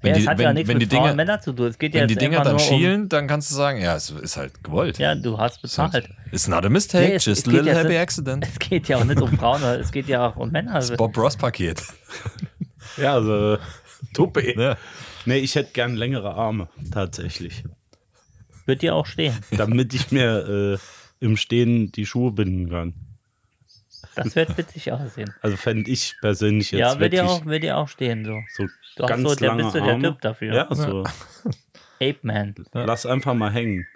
[SPEAKER 3] Wenn
[SPEAKER 1] ja,
[SPEAKER 3] die,
[SPEAKER 1] es hat
[SPEAKER 3] wenn,
[SPEAKER 1] ja nichts
[SPEAKER 3] wenn
[SPEAKER 1] mit
[SPEAKER 3] die
[SPEAKER 1] Frauen und
[SPEAKER 3] Dinger,
[SPEAKER 1] Männern zu tun. Es geht ja
[SPEAKER 3] wenn
[SPEAKER 1] jetzt
[SPEAKER 3] die Dinger
[SPEAKER 1] einfach
[SPEAKER 3] dann
[SPEAKER 1] nur
[SPEAKER 3] schielen, dann kannst du sagen, ja, es ist halt gewollt. halt-
[SPEAKER 1] Um, ja, du hast bezahlt.
[SPEAKER 3] It's not a mistake,
[SPEAKER 1] Nee, es- es
[SPEAKER 3] just a
[SPEAKER 1] geht
[SPEAKER 3] little
[SPEAKER 1] ja
[SPEAKER 3] happy
[SPEAKER 1] so-
[SPEAKER 3] accident.
[SPEAKER 1] Es geht ja auch nicht um Frauen, es geht ja auch um Männer.
[SPEAKER 3] Das Bob Ross Paket.
[SPEAKER 2] Ja,
[SPEAKER 1] äh,
[SPEAKER 2] also Tuppe.
[SPEAKER 3] Ne?
[SPEAKER 2] Nee, ich hätte gern längere Arme, tatsächlich.
[SPEAKER 1] Wird dir auch stehen.
[SPEAKER 2] Damit ich mir äh, im Stehen die Schuhe binden kann.
[SPEAKER 1] Das wird witzig aussehen.
[SPEAKER 2] Also fände ich persönlich jetzt
[SPEAKER 1] ja, wird
[SPEAKER 2] wirklich
[SPEAKER 1] dir, auch, wird dir auch stehen. So.
[SPEAKER 2] so
[SPEAKER 1] Doch,
[SPEAKER 2] ganz
[SPEAKER 1] so, da
[SPEAKER 2] lange
[SPEAKER 1] bist du der
[SPEAKER 2] Arme.
[SPEAKER 1] Typ dafür.
[SPEAKER 2] Ja, so.
[SPEAKER 1] Ape Man.
[SPEAKER 2] Lass einfach mal hängen,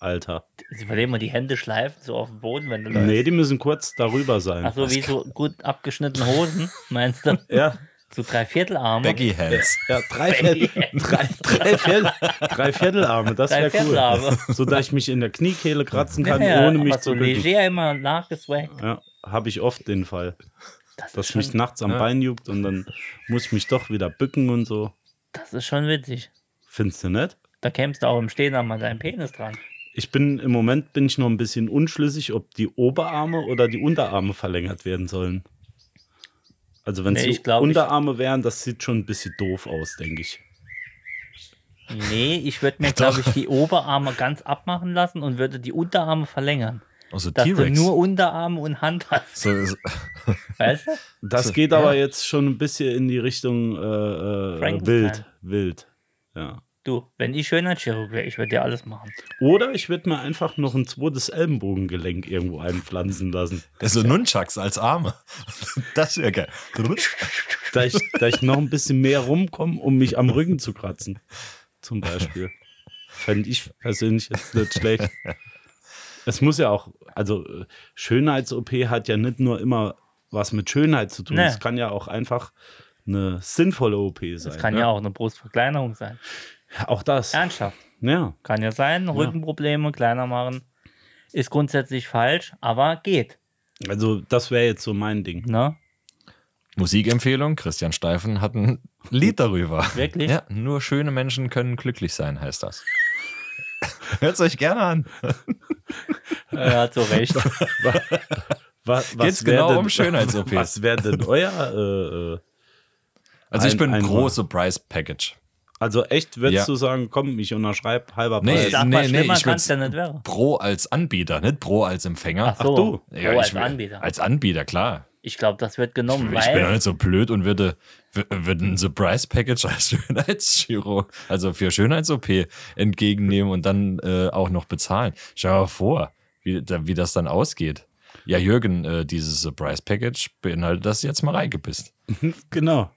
[SPEAKER 2] Alter.
[SPEAKER 1] Sie verlieren mal die Hände schleifen, so auf dem Boden, wenn du
[SPEAKER 2] Nee,
[SPEAKER 1] läufst.
[SPEAKER 2] die müssen kurz darüber sein.
[SPEAKER 1] Ach so, wie so gut abgeschnittene Hosen, meinst du?
[SPEAKER 2] Ja,
[SPEAKER 1] So Dreiviertelarme.
[SPEAKER 3] Baggy Hands.
[SPEAKER 2] ja drei, Viertel, drei, drei, Viertel, drei Viertelarme, das
[SPEAKER 1] Drei
[SPEAKER 2] wäre cool.
[SPEAKER 1] Viertelarme.
[SPEAKER 2] So, dass ich mich in der Kniekehle kratzen
[SPEAKER 1] Ja,
[SPEAKER 2] kann,
[SPEAKER 1] ja,
[SPEAKER 2] ohne mich
[SPEAKER 1] aber
[SPEAKER 2] zu
[SPEAKER 1] so
[SPEAKER 2] bücken.
[SPEAKER 1] leger immer nachgeswaggt.
[SPEAKER 2] Ja, habe ich oft den Fall.
[SPEAKER 1] Das, ist
[SPEAKER 2] Dass
[SPEAKER 1] schon,
[SPEAKER 2] mich nachts am Bein juckt und dann muss ich mich doch wieder bücken und so.
[SPEAKER 1] das ist schon witzig.
[SPEAKER 2] Findest du nicht?
[SPEAKER 1] Da kämpfst du auch im Stehen einmal deinen Penis dran.
[SPEAKER 2] Ich bin im Moment bin ich noch ein bisschen unschlüssig, ob die Oberarme oder die Unterarme verlängert werden sollen. Also wenn es
[SPEAKER 1] Nee,
[SPEAKER 2] die
[SPEAKER 1] ich glaub, ich-
[SPEAKER 2] Unterarme wären, das sieht schon ein bisschen doof aus, denke ich.
[SPEAKER 1] Nee, ich würde mir, glaube ich, die Oberarme ganz abmachen lassen und würde die Unterarme verlängern.
[SPEAKER 3] Also
[SPEAKER 1] Dass du
[SPEAKER 3] T-Rex.
[SPEAKER 1] nur Unterarme und Hand hast.
[SPEAKER 3] So, so,
[SPEAKER 1] Weißt du?
[SPEAKER 2] Das
[SPEAKER 3] So,
[SPEAKER 2] geht
[SPEAKER 3] ja.
[SPEAKER 2] aber jetzt schon ein bisschen in die Richtung äh, äh,
[SPEAKER 1] Frankenstein.
[SPEAKER 2] wild, wild. Ja.
[SPEAKER 1] Du, wenn ich Schönheitschirurg wäre, ich würde dir alles machen.
[SPEAKER 2] Oder ich würde mir einfach noch ein zweites Ellenbogengelenk irgendwo einpflanzen lassen,
[SPEAKER 3] so Nunchucks als Arme. Das ist ja geil.
[SPEAKER 2] da ich, da ich noch ein bisschen mehr rumkomme, um mich am Rücken zu kratzen. Zum Beispiel. Fände ich persönlich jetzt nicht schlecht. Es muss ja auch, also äh, Schönheits-OP hat ja nicht nur immer was mit Schönheit zu tun.
[SPEAKER 1] Nee.
[SPEAKER 2] Es kann ja auch einfach eine sinnvolle OP sein. ne?
[SPEAKER 1] Das kann ja. auch eine Brustverkleinerung sein.
[SPEAKER 2] Auch das.
[SPEAKER 1] Ernsthaft.
[SPEAKER 2] Ja.
[SPEAKER 1] Kann ja sein. Rückenprobleme, kleiner machen. Ist grundsätzlich falsch, aber geht.
[SPEAKER 2] Also, das wäre jetzt so mein Ding.
[SPEAKER 1] Ne?
[SPEAKER 3] Musikempfehlung: Christian Steifen hat ein Lied darüber.
[SPEAKER 1] Wirklich?
[SPEAKER 3] Ja, nur schöne Menschen können glücklich sein, heißt das. Hört es euch gerne an.
[SPEAKER 1] Ja, zu Äh, Recht.
[SPEAKER 2] Was, was
[SPEAKER 3] Geht's
[SPEAKER 2] wär
[SPEAKER 3] genau
[SPEAKER 2] denn,
[SPEAKER 3] um Schönheits-OPs?
[SPEAKER 2] Was wäre denn euer? Äh, äh,
[SPEAKER 3] Also, ich
[SPEAKER 2] Ein-
[SPEAKER 3] bin
[SPEAKER 2] ein-
[SPEAKER 3] pro Surprise Package.
[SPEAKER 2] also, echt, würdest
[SPEAKER 3] Ja.
[SPEAKER 2] du sagen, komm, ich unterschreibe halber
[SPEAKER 3] Nee,
[SPEAKER 2] Preis?
[SPEAKER 1] Sag mal,
[SPEAKER 3] nee, nee,
[SPEAKER 1] schlimmer
[SPEAKER 3] ich
[SPEAKER 1] kann es
[SPEAKER 3] würd's-
[SPEAKER 1] ja nicht werden.
[SPEAKER 3] Pro als Anbieter, nicht pro als Empfänger.
[SPEAKER 1] Ach so,
[SPEAKER 2] du.
[SPEAKER 1] so
[SPEAKER 3] Ja,
[SPEAKER 1] als
[SPEAKER 3] ich-
[SPEAKER 1] Anbieter.
[SPEAKER 3] Als Anbieter, klar.
[SPEAKER 1] ich glaube, das wird genommen,
[SPEAKER 3] Ich bin doch
[SPEAKER 1] weil
[SPEAKER 3] nicht so blöd und würde, wür- würde ein Surprise-Package als Schönheitschirurg, also für Schönheits-OP entgegennehmen und dann äh, auch noch bezahlen. Stell dir mal vor, wie, da, wie das dann ausgeht. Ja, Jürgen, äh, dieses Surprise-Package beinhaltet, dass du jetzt mal reingepisst.
[SPEAKER 2] Genau.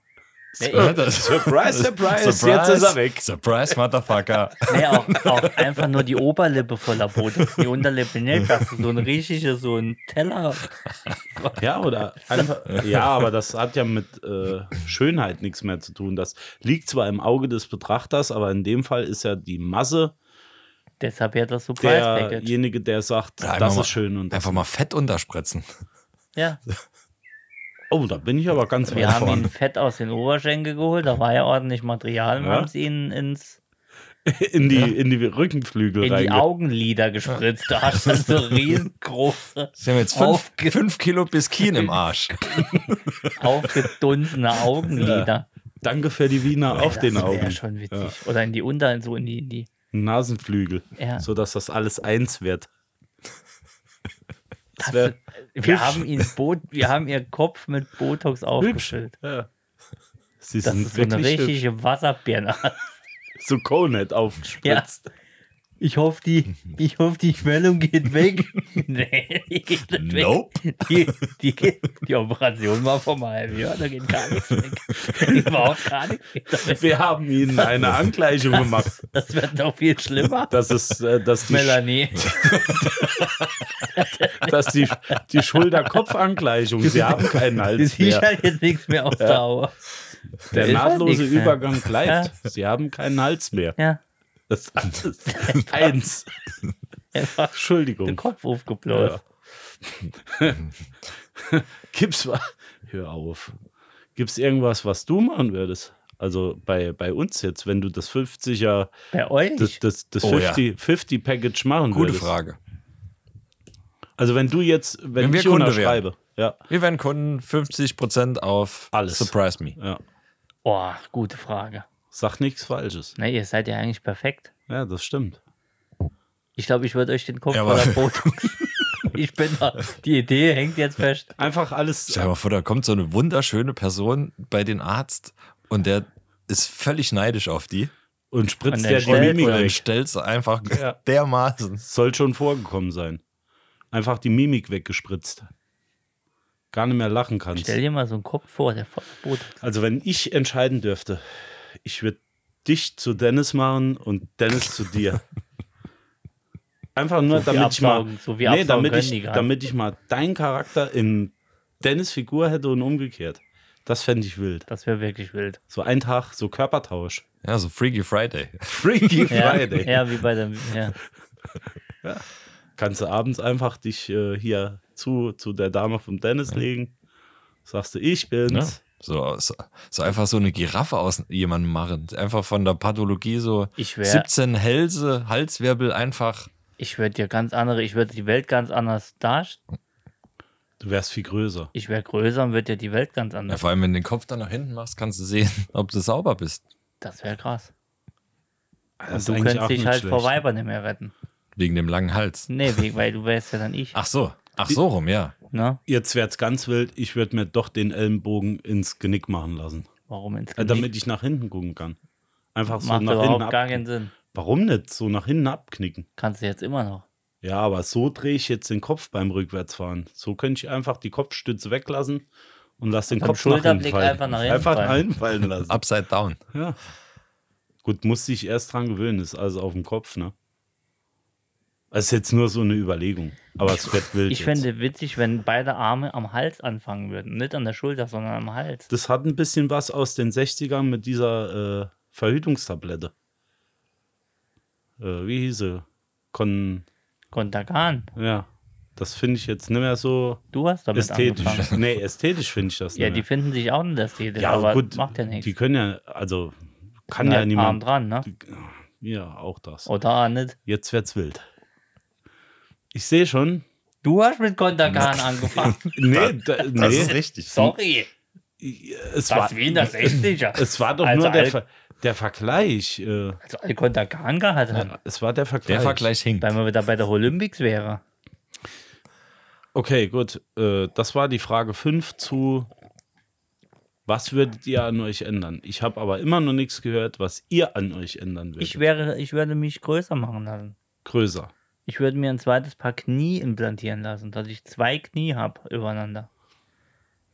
[SPEAKER 3] Ja, das-
[SPEAKER 2] Surprise, surprise, jetzt ist er weg.
[SPEAKER 3] Surprise, Motherfucker.
[SPEAKER 1] nee, auch, auch einfach nur die Oberlippe voller Botox, die Unterlippe nicht, dass du so ein richtiger, so ein Teller
[SPEAKER 2] Ja, oder einfach, ja, aber das hat ja mit äh, Schönheit nichts mehr zu tun. Das liegt zwar im Auge des Betrachters, aber in dem Fall ist ja die Masse
[SPEAKER 1] Deshalb ja das Surprise-Package.
[SPEAKER 2] derjenige, der sagt,
[SPEAKER 3] Ja, einfach
[SPEAKER 2] das
[SPEAKER 3] mal-
[SPEAKER 2] ist schön und das.
[SPEAKER 3] Einfach mal Fett unterspritzen.
[SPEAKER 1] Ja.
[SPEAKER 2] Oh, da bin ich aber ganz
[SPEAKER 1] Wir
[SPEAKER 2] weit
[SPEAKER 1] haben ihn
[SPEAKER 2] vorne.
[SPEAKER 1] fett aus den Oberschenkel geholt, da war ja ordentlich Material und
[SPEAKER 2] Ja.
[SPEAKER 1] haben es ihnen ins
[SPEAKER 2] in die, in die Rückenflügel
[SPEAKER 1] in die
[SPEAKER 2] reinge-
[SPEAKER 1] Augenlider gespritzt. Da hast du so riesengroße,
[SPEAKER 3] Sie haben jetzt fünf,
[SPEAKER 1] Aufge-
[SPEAKER 3] fünf Kilo Biskin im Arsch.
[SPEAKER 1] aufgedunsene Augenlider.
[SPEAKER 2] Danke für die Wiener auf den
[SPEAKER 1] das
[SPEAKER 2] Augen.
[SPEAKER 1] wäre schon witzig. Oder in die Unter, so in die, in die.
[SPEAKER 2] Nasenflügel,
[SPEAKER 1] Ja.
[SPEAKER 2] sodass das alles eins wird. Das
[SPEAKER 1] Hast
[SPEAKER 2] wär
[SPEAKER 1] du, wir haben ihn Bo wir haben ihren Kopf mit Botox aufgefüllt.
[SPEAKER 2] Ja. Sie
[SPEAKER 1] Das
[SPEAKER 2] sind
[SPEAKER 1] ist so eine
[SPEAKER 2] wirklich hübsch.
[SPEAKER 1] richtige Wasserbirne.
[SPEAKER 2] so Conet aufgespritzt.
[SPEAKER 1] Ich hoffe, die, ich hoffe, die Schwellung geht weg. nee, die geht nicht weg.
[SPEAKER 3] Nope.
[SPEAKER 1] Die, die, geht, die Operation war vor einem halben Jahr, da geht gar nichts weg. Überhaupt gar nichts weg.
[SPEAKER 2] Wir haben ihnen eine Angleichung gemacht.
[SPEAKER 1] Das wird noch viel schlimmer.
[SPEAKER 2] Das ist, äh, dass die,
[SPEAKER 1] Melanie.
[SPEAKER 2] dass die, die Schulter-Kopf-Angleichung. Sie haben keinen Hals
[SPEAKER 1] Es hieß
[SPEAKER 2] mehr.
[SPEAKER 1] halt jetzt nichts mehr auf Dauer.
[SPEAKER 2] Der
[SPEAKER 1] ist halt
[SPEAKER 2] nahtlose
[SPEAKER 1] nichts mehr.
[SPEAKER 2] Übergang bleibt. Sie haben keinen Hals mehr.
[SPEAKER 1] Ja,
[SPEAKER 2] Das ist alles eins.
[SPEAKER 1] einfach den
[SPEAKER 2] Entschuldigung.
[SPEAKER 1] Kopf aufgeblasen.
[SPEAKER 2] Gibt's was? Hör auf. Gibt's irgendwas, was du machen würdest? Also bei, bei uns jetzt, wenn du das 50er,
[SPEAKER 1] Bei euch?
[SPEAKER 2] das, das, das
[SPEAKER 3] Oh, ja.
[SPEAKER 2] 50, 50 Package machen
[SPEAKER 3] Gute
[SPEAKER 2] würdest.
[SPEAKER 3] Frage.
[SPEAKER 2] Also wenn du jetzt, wenn,
[SPEAKER 3] Wenn wir
[SPEAKER 2] ich
[SPEAKER 3] Kunde
[SPEAKER 2] unterschreibe, ja,
[SPEAKER 3] Wir werden Kunden 50% auf
[SPEAKER 2] Alles.
[SPEAKER 3] Surprise Me.
[SPEAKER 2] ja,
[SPEAKER 1] oh, gute Frage.
[SPEAKER 2] sag nichts Falsches.
[SPEAKER 1] Na, ihr seid ja eigentlich perfekt.
[SPEAKER 2] Ja, das stimmt.
[SPEAKER 1] Ich glaube, ich würde euch den Kopf
[SPEAKER 3] Ja,
[SPEAKER 1] voller
[SPEAKER 3] aber-
[SPEAKER 1] Botox. Ich bin da. Die Idee hängt jetzt fest.
[SPEAKER 2] Einfach alles.
[SPEAKER 3] Stell dir mal vor, da kommt so eine wunderschöne Person bei den Arzt und der ist völlig neidisch auf die.
[SPEAKER 2] Und spritzt
[SPEAKER 1] Und
[SPEAKER 2] der
[SPEAKER 1] dann
[SPEAKER 2] die
[SPEAKER 1] stellt-
[SPEAKER 2] Mimik
[SPEAKER 3] Und dann
[SPEAKER 2] weg.
[SPEAKER 3] stellst du einfach
[SPEAKER 2] Ja.
[SPEAKER 3] dermaßen.
[SPEAKER 2] Soll schon vorgekommen sein. Einfach die Mimik weggespritzt. Gar nicht mehr lachen kannst.
[SPEAKER 1] Stell dir mal so einen Kopf vor, der voller Botox.
[SPEAKER 2] Also wenn ich entscheiden dürfte, ich würde dich zu Dennis machen und Dennis zu dir. Einfach nur,
[SPEAKER 1] So viel
[SPEAKER 2] damit ich mal,
[SPEAKER 1] absaugen, so viel absaugen
[SPEAKER 2] damit
[SPEAKER 1] können die
[SPEAKER 2] ich,
[SPEAKER 1] gar
[SPEAKER 2] damit ich mal deinen Charakter in Dennis Figur hätte und umgekehrt. Das fände ich wild.
[SPEAKER 1] Das wäre wirklich wild.
[SPEAKER 2] So ein Tag, so Körpertausch.
[SPEAKER 3] Ja, so Freaky Friday.
[SPEAKER 2] Freaky
[SPEAKER 1] Ja,
[SPEAKER 2] Friday.
[SPEAKER 1] ja wie bei dem. Ja.
[SPEAKER 2] Kannst du abends einfach dich äh, hier zu, zu der Dame vom Dennis legen. Sagst du, ich
[SPEAKER 3] Ne?
[SPEAKER 2] bin's.
[SPEAKER 3] So, so, so einfach so eine Giraffe aus jemandem machen. Einfach von der Pathologie so
[SPEAKER 1] Ich wär-
[SPEAKER 3] 17 Hälse, Halswirbel einfach.
[SPEAKER 1] Ich würde dir ganz andere, ich würde die Welt ganz anders darstellen.
[SPEAKER 2] Du wärst viel größer.
[SPEAKER 1] Ich wäre größer und würde dir die Welt ganz
[SPEAKER 3] Ja,
[SPEAKER 1] anders.
[SPEAKER 3] vor allem, wenn du den Kopf dann nach hinten machst, kannst du sehen, ob du sauber bist.
[SPEAKER 1] Das wäre krass.
[SPEAKER 2] Das
[SPEAKER 1] Und
[SPEAKER 2] ist
[SPEAKER 1] du
[SPEAKER 2] eigentlich auch
[SPEAKER 1] könntest dich
[SPEAKER 2] nicht
[SPEAKER 1] halt
[SPEAKER 2] schlecht.
[SPEAKER 1] vor Weibern nicht mehr retten.
[SPEAKER 3] Wegen dem langen Hals.
[SPEAKER 2] Hm.
[SPEAKER 1] Nee, wie- weil du wärst ja dann ich.
[SPEAKER 3] Ach so, ach so rum, ja.
[SPEAKER 1] Ne?
[SPEAKER 2] Jetzt wär's ganz wild, ich würde mir doch den Ellenbogen ins Genick machen lassen.
[SPEAKER 1] Warum ins
[SPEAKER 2] Äh,
[SPEAKER 1] Genick?
[SPEAKER 2] damit ich nach hinten gucken kann. Einfach so
[SPEAKER 1] Macht
[SPEAKER 2] nach hinten
[SPEAKER 1] überhaupt
[SPEAKER 2] ab.
[SPEAKER 1] gar keinen Sinn.
[SPEAKER 2] Warum nicht? So nach hinten abknicken.
[SPEAKER 1] Kannst du jetzt immer noch.
[SPEAKER 2] Ja, aber so drehe ich jetzt den Kopf beim Rückwärtsfahren. So könnte ich einfach die Kopfstütze weglassen und lasse den
[SPEAKER 1] Beim
[SPEAKER 2] Kopf nach hinten
[SPEAKER 1] Schulterblick
[SPEAKER 2] fallen.
[SPEAKER 1] einfach nach hinten
[SPEAKER 2] einfach
[SPEAKER 1] fallen.
[SPEAKER 2] einfallen lassen.
[SPEAKER 3] Upside down.
[SPEAKER 2] Ja. Gut, musste ich erst dran gewöhnen, ist alles auf dem Kopf, ne? Das ist jetzt nur so eine Überlegung. Aber es wird wild.
[SPEAKER 1] Ich
[SPEAKER 2] jetzt.
[SPEAKER 1] fände witzig, wenn beide Arme am Hals anfangen würden. Nicht an der Schulter, sondern am Hals.
[SPEAKER 2] Das hat ein bisschen was aus den 60ern mit dieser äh, Verhütungstablette. Äh, wie hieß sie? Kon.
[SPEAKER 1] Konterkan,
[SPEAKER 2] Ja. Das finde ich jetzt nicht mehr so
[SPEAKER 1] du hast damit
[SPEAKER 2] ästhetisch.
[SPEAKER 1] angefangen.
[SPEAKER 2] Nee, ästhetisch finde ich das
[SPEAKER 1] Ja, die
[SPEAKER 2] nicht.
[SPEAKER 1] finden sich auch nicht ästhetisch,
[SPEAKER 2] mehr. Ja,
[SPEAKER 1] aber
[SPEAKER 2] gut.
[SPEAKER 1] macht ja nichts.
[SPEAKER 2] Die können ja, also kann
[SPEAKER 1] Sind
[SPEAKER 2] ja
[SPEAKER 1] halt Arm
[SPEAKER 2] niemand.
[SPEAKER 1] dran, ne?
[SPEAKER 2] Ja, auch das.
[SPEAKER 1] Oder auch nicht.
[SPEAKER 2] Jetzt wird's wild. Ich sehe schon.
[SPEAKER 1] Du hast mit Konterkan angefangen.
[SPEAKER 2] Nee, da, nee.
[SPEAKER 3] richtig.
[SPEAKER 1] Sorry,
[SPEAKER 2] es war,
[SPEAKER 1] das Wien das ästhetischer.
[SPEAKER 2] es war doch
[SPEAKER 1] Also
[SPEAKER 2] nur der,
[SPEAKER 1] Al-
[SPEAKER 2] Ver der Vergleich. Äh,
[SPEAKER 1] Also alle Konterkan gehabt haben,
[SPEAKER 2] es war der Vergleich.
[SPEAKER 3] Der Vergleich hinkt.
[SPEAKER 1] weil man wieder bei der Olympics wäre.
[SPEAKER 2] Okay, gut. Äh, das war die Frage 5 zu Was würdet ihr an euch ändern? Ich habe aber immer noch nichts gehört, was ihr an euch ändern würdet.
[SPEAKER 1] Ich wäre, ich würde mich größer machen lassen.
[SPEAKER 2] größer.
[SPEAKER 1] Ich würde mir ein zweites Paar Knie implantieren lassen, dass ich zwei Knie habe übereinander.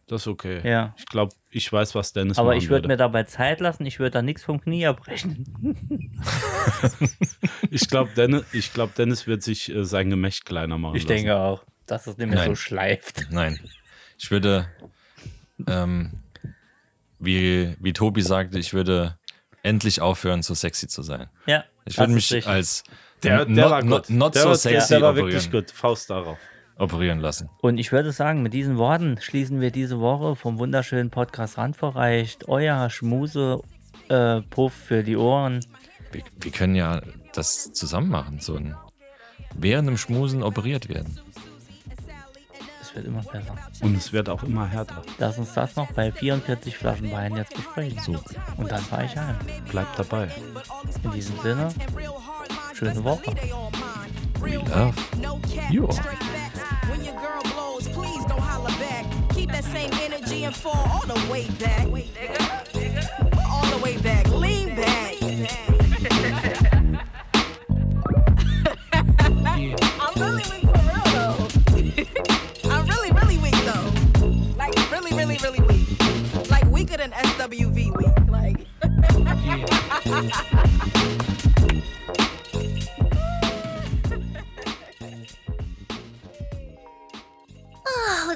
[SPEAKER 2] Das ist okay.
[SPEAKER 1] Ja.
[SPEAKER 2] Ich glaube, ich weiß, was Dennis
[SPEAKER 1] Aber
[SPEAKER 2] machen
[SPEAKER 1] ich würde mir
[SPEAKER 2] würde.
[SPEAKER 1] dabei Zeit lassen, ich würde da nichts vom Knie abbrechen.
[SPEAKER 2] Ich glaube, Dennis, ich glaub, Dennis wird sich äh, sein Gemächt kleiner machen.
[SPEAKER 1] Ich
[SPEAKER 2] lassen.
[SPEAKER 1] denke auch, dass es nicht mehr so
[SPEAKER 3] Nein.
[SPEAKER 1] schleift.
[SPEAKER 3] Nein. Ich würde, ähm, wie, wie Tobi sagte, ich würde endlich aufhören, so sexy zu sein.
[SPEAKER 1] Ja,
[SPEAKER 3] Ich
[SPEAKER 1] das
[SPEAKER 3] würde
[SPEAKER 1] ist
[SPEAKER 3] mich
[SPEAKER 1] richtig.
[SPEAKER 3] als
[SPEAKER 2] Der,
[SPEAKER 3] n-
[SPEAKER 2] der
[SPEAKER 3] not,
[SPEAKER 2] war gut.
[SPEAKER 3] not, not
[SPEAKER 2] der
[SPEAKER 3] so
[SPEAKER 2] war,
[SPEAKER 3] sexy
[SPEAKER 2] Der war wirklich
[SPEAKER 3] operieren,
[SPEAKER 2] gut. Faust darauf.
[SPEAKER 3] operieren lassen.
[SPEAKER 1] Und ich würde sagen, mit diesen Worten schließen wir diese Woche vom wunderschönen Podcast Randverreicht. Euer Schmuse äh, Puff für die Ohren.
[SPEAKER 3] Wir, wir können ja das zusammen machen, so ein während dem Schmusen operiert werden.
[SPEAKER 1] Es wird immer besser.
[SPEAKER 2] Und es wird auch immer härter.
[SPEAKER 1] Lass uns das noch bei 44 Flaschen Wein jetzt besprechen. So. Und dann fahre ich heim.
[SPEAKER 2] Bleibt dabei.
[SPEAKER 1] In diesem Sinne, schöne Woche.
[SPEAKER 3] We love you all.
[SPEAKER 5] When your girl blows, please don't holler back. Keep that same energy and fall all the way back. All the way back. Lean back.
[SPEAKER 6] I'm really weak for real though. I'm really, really weak though. Like really, really, really weak. Like weaker than SWV weak. Like.
[SPEAKER 7] Oh,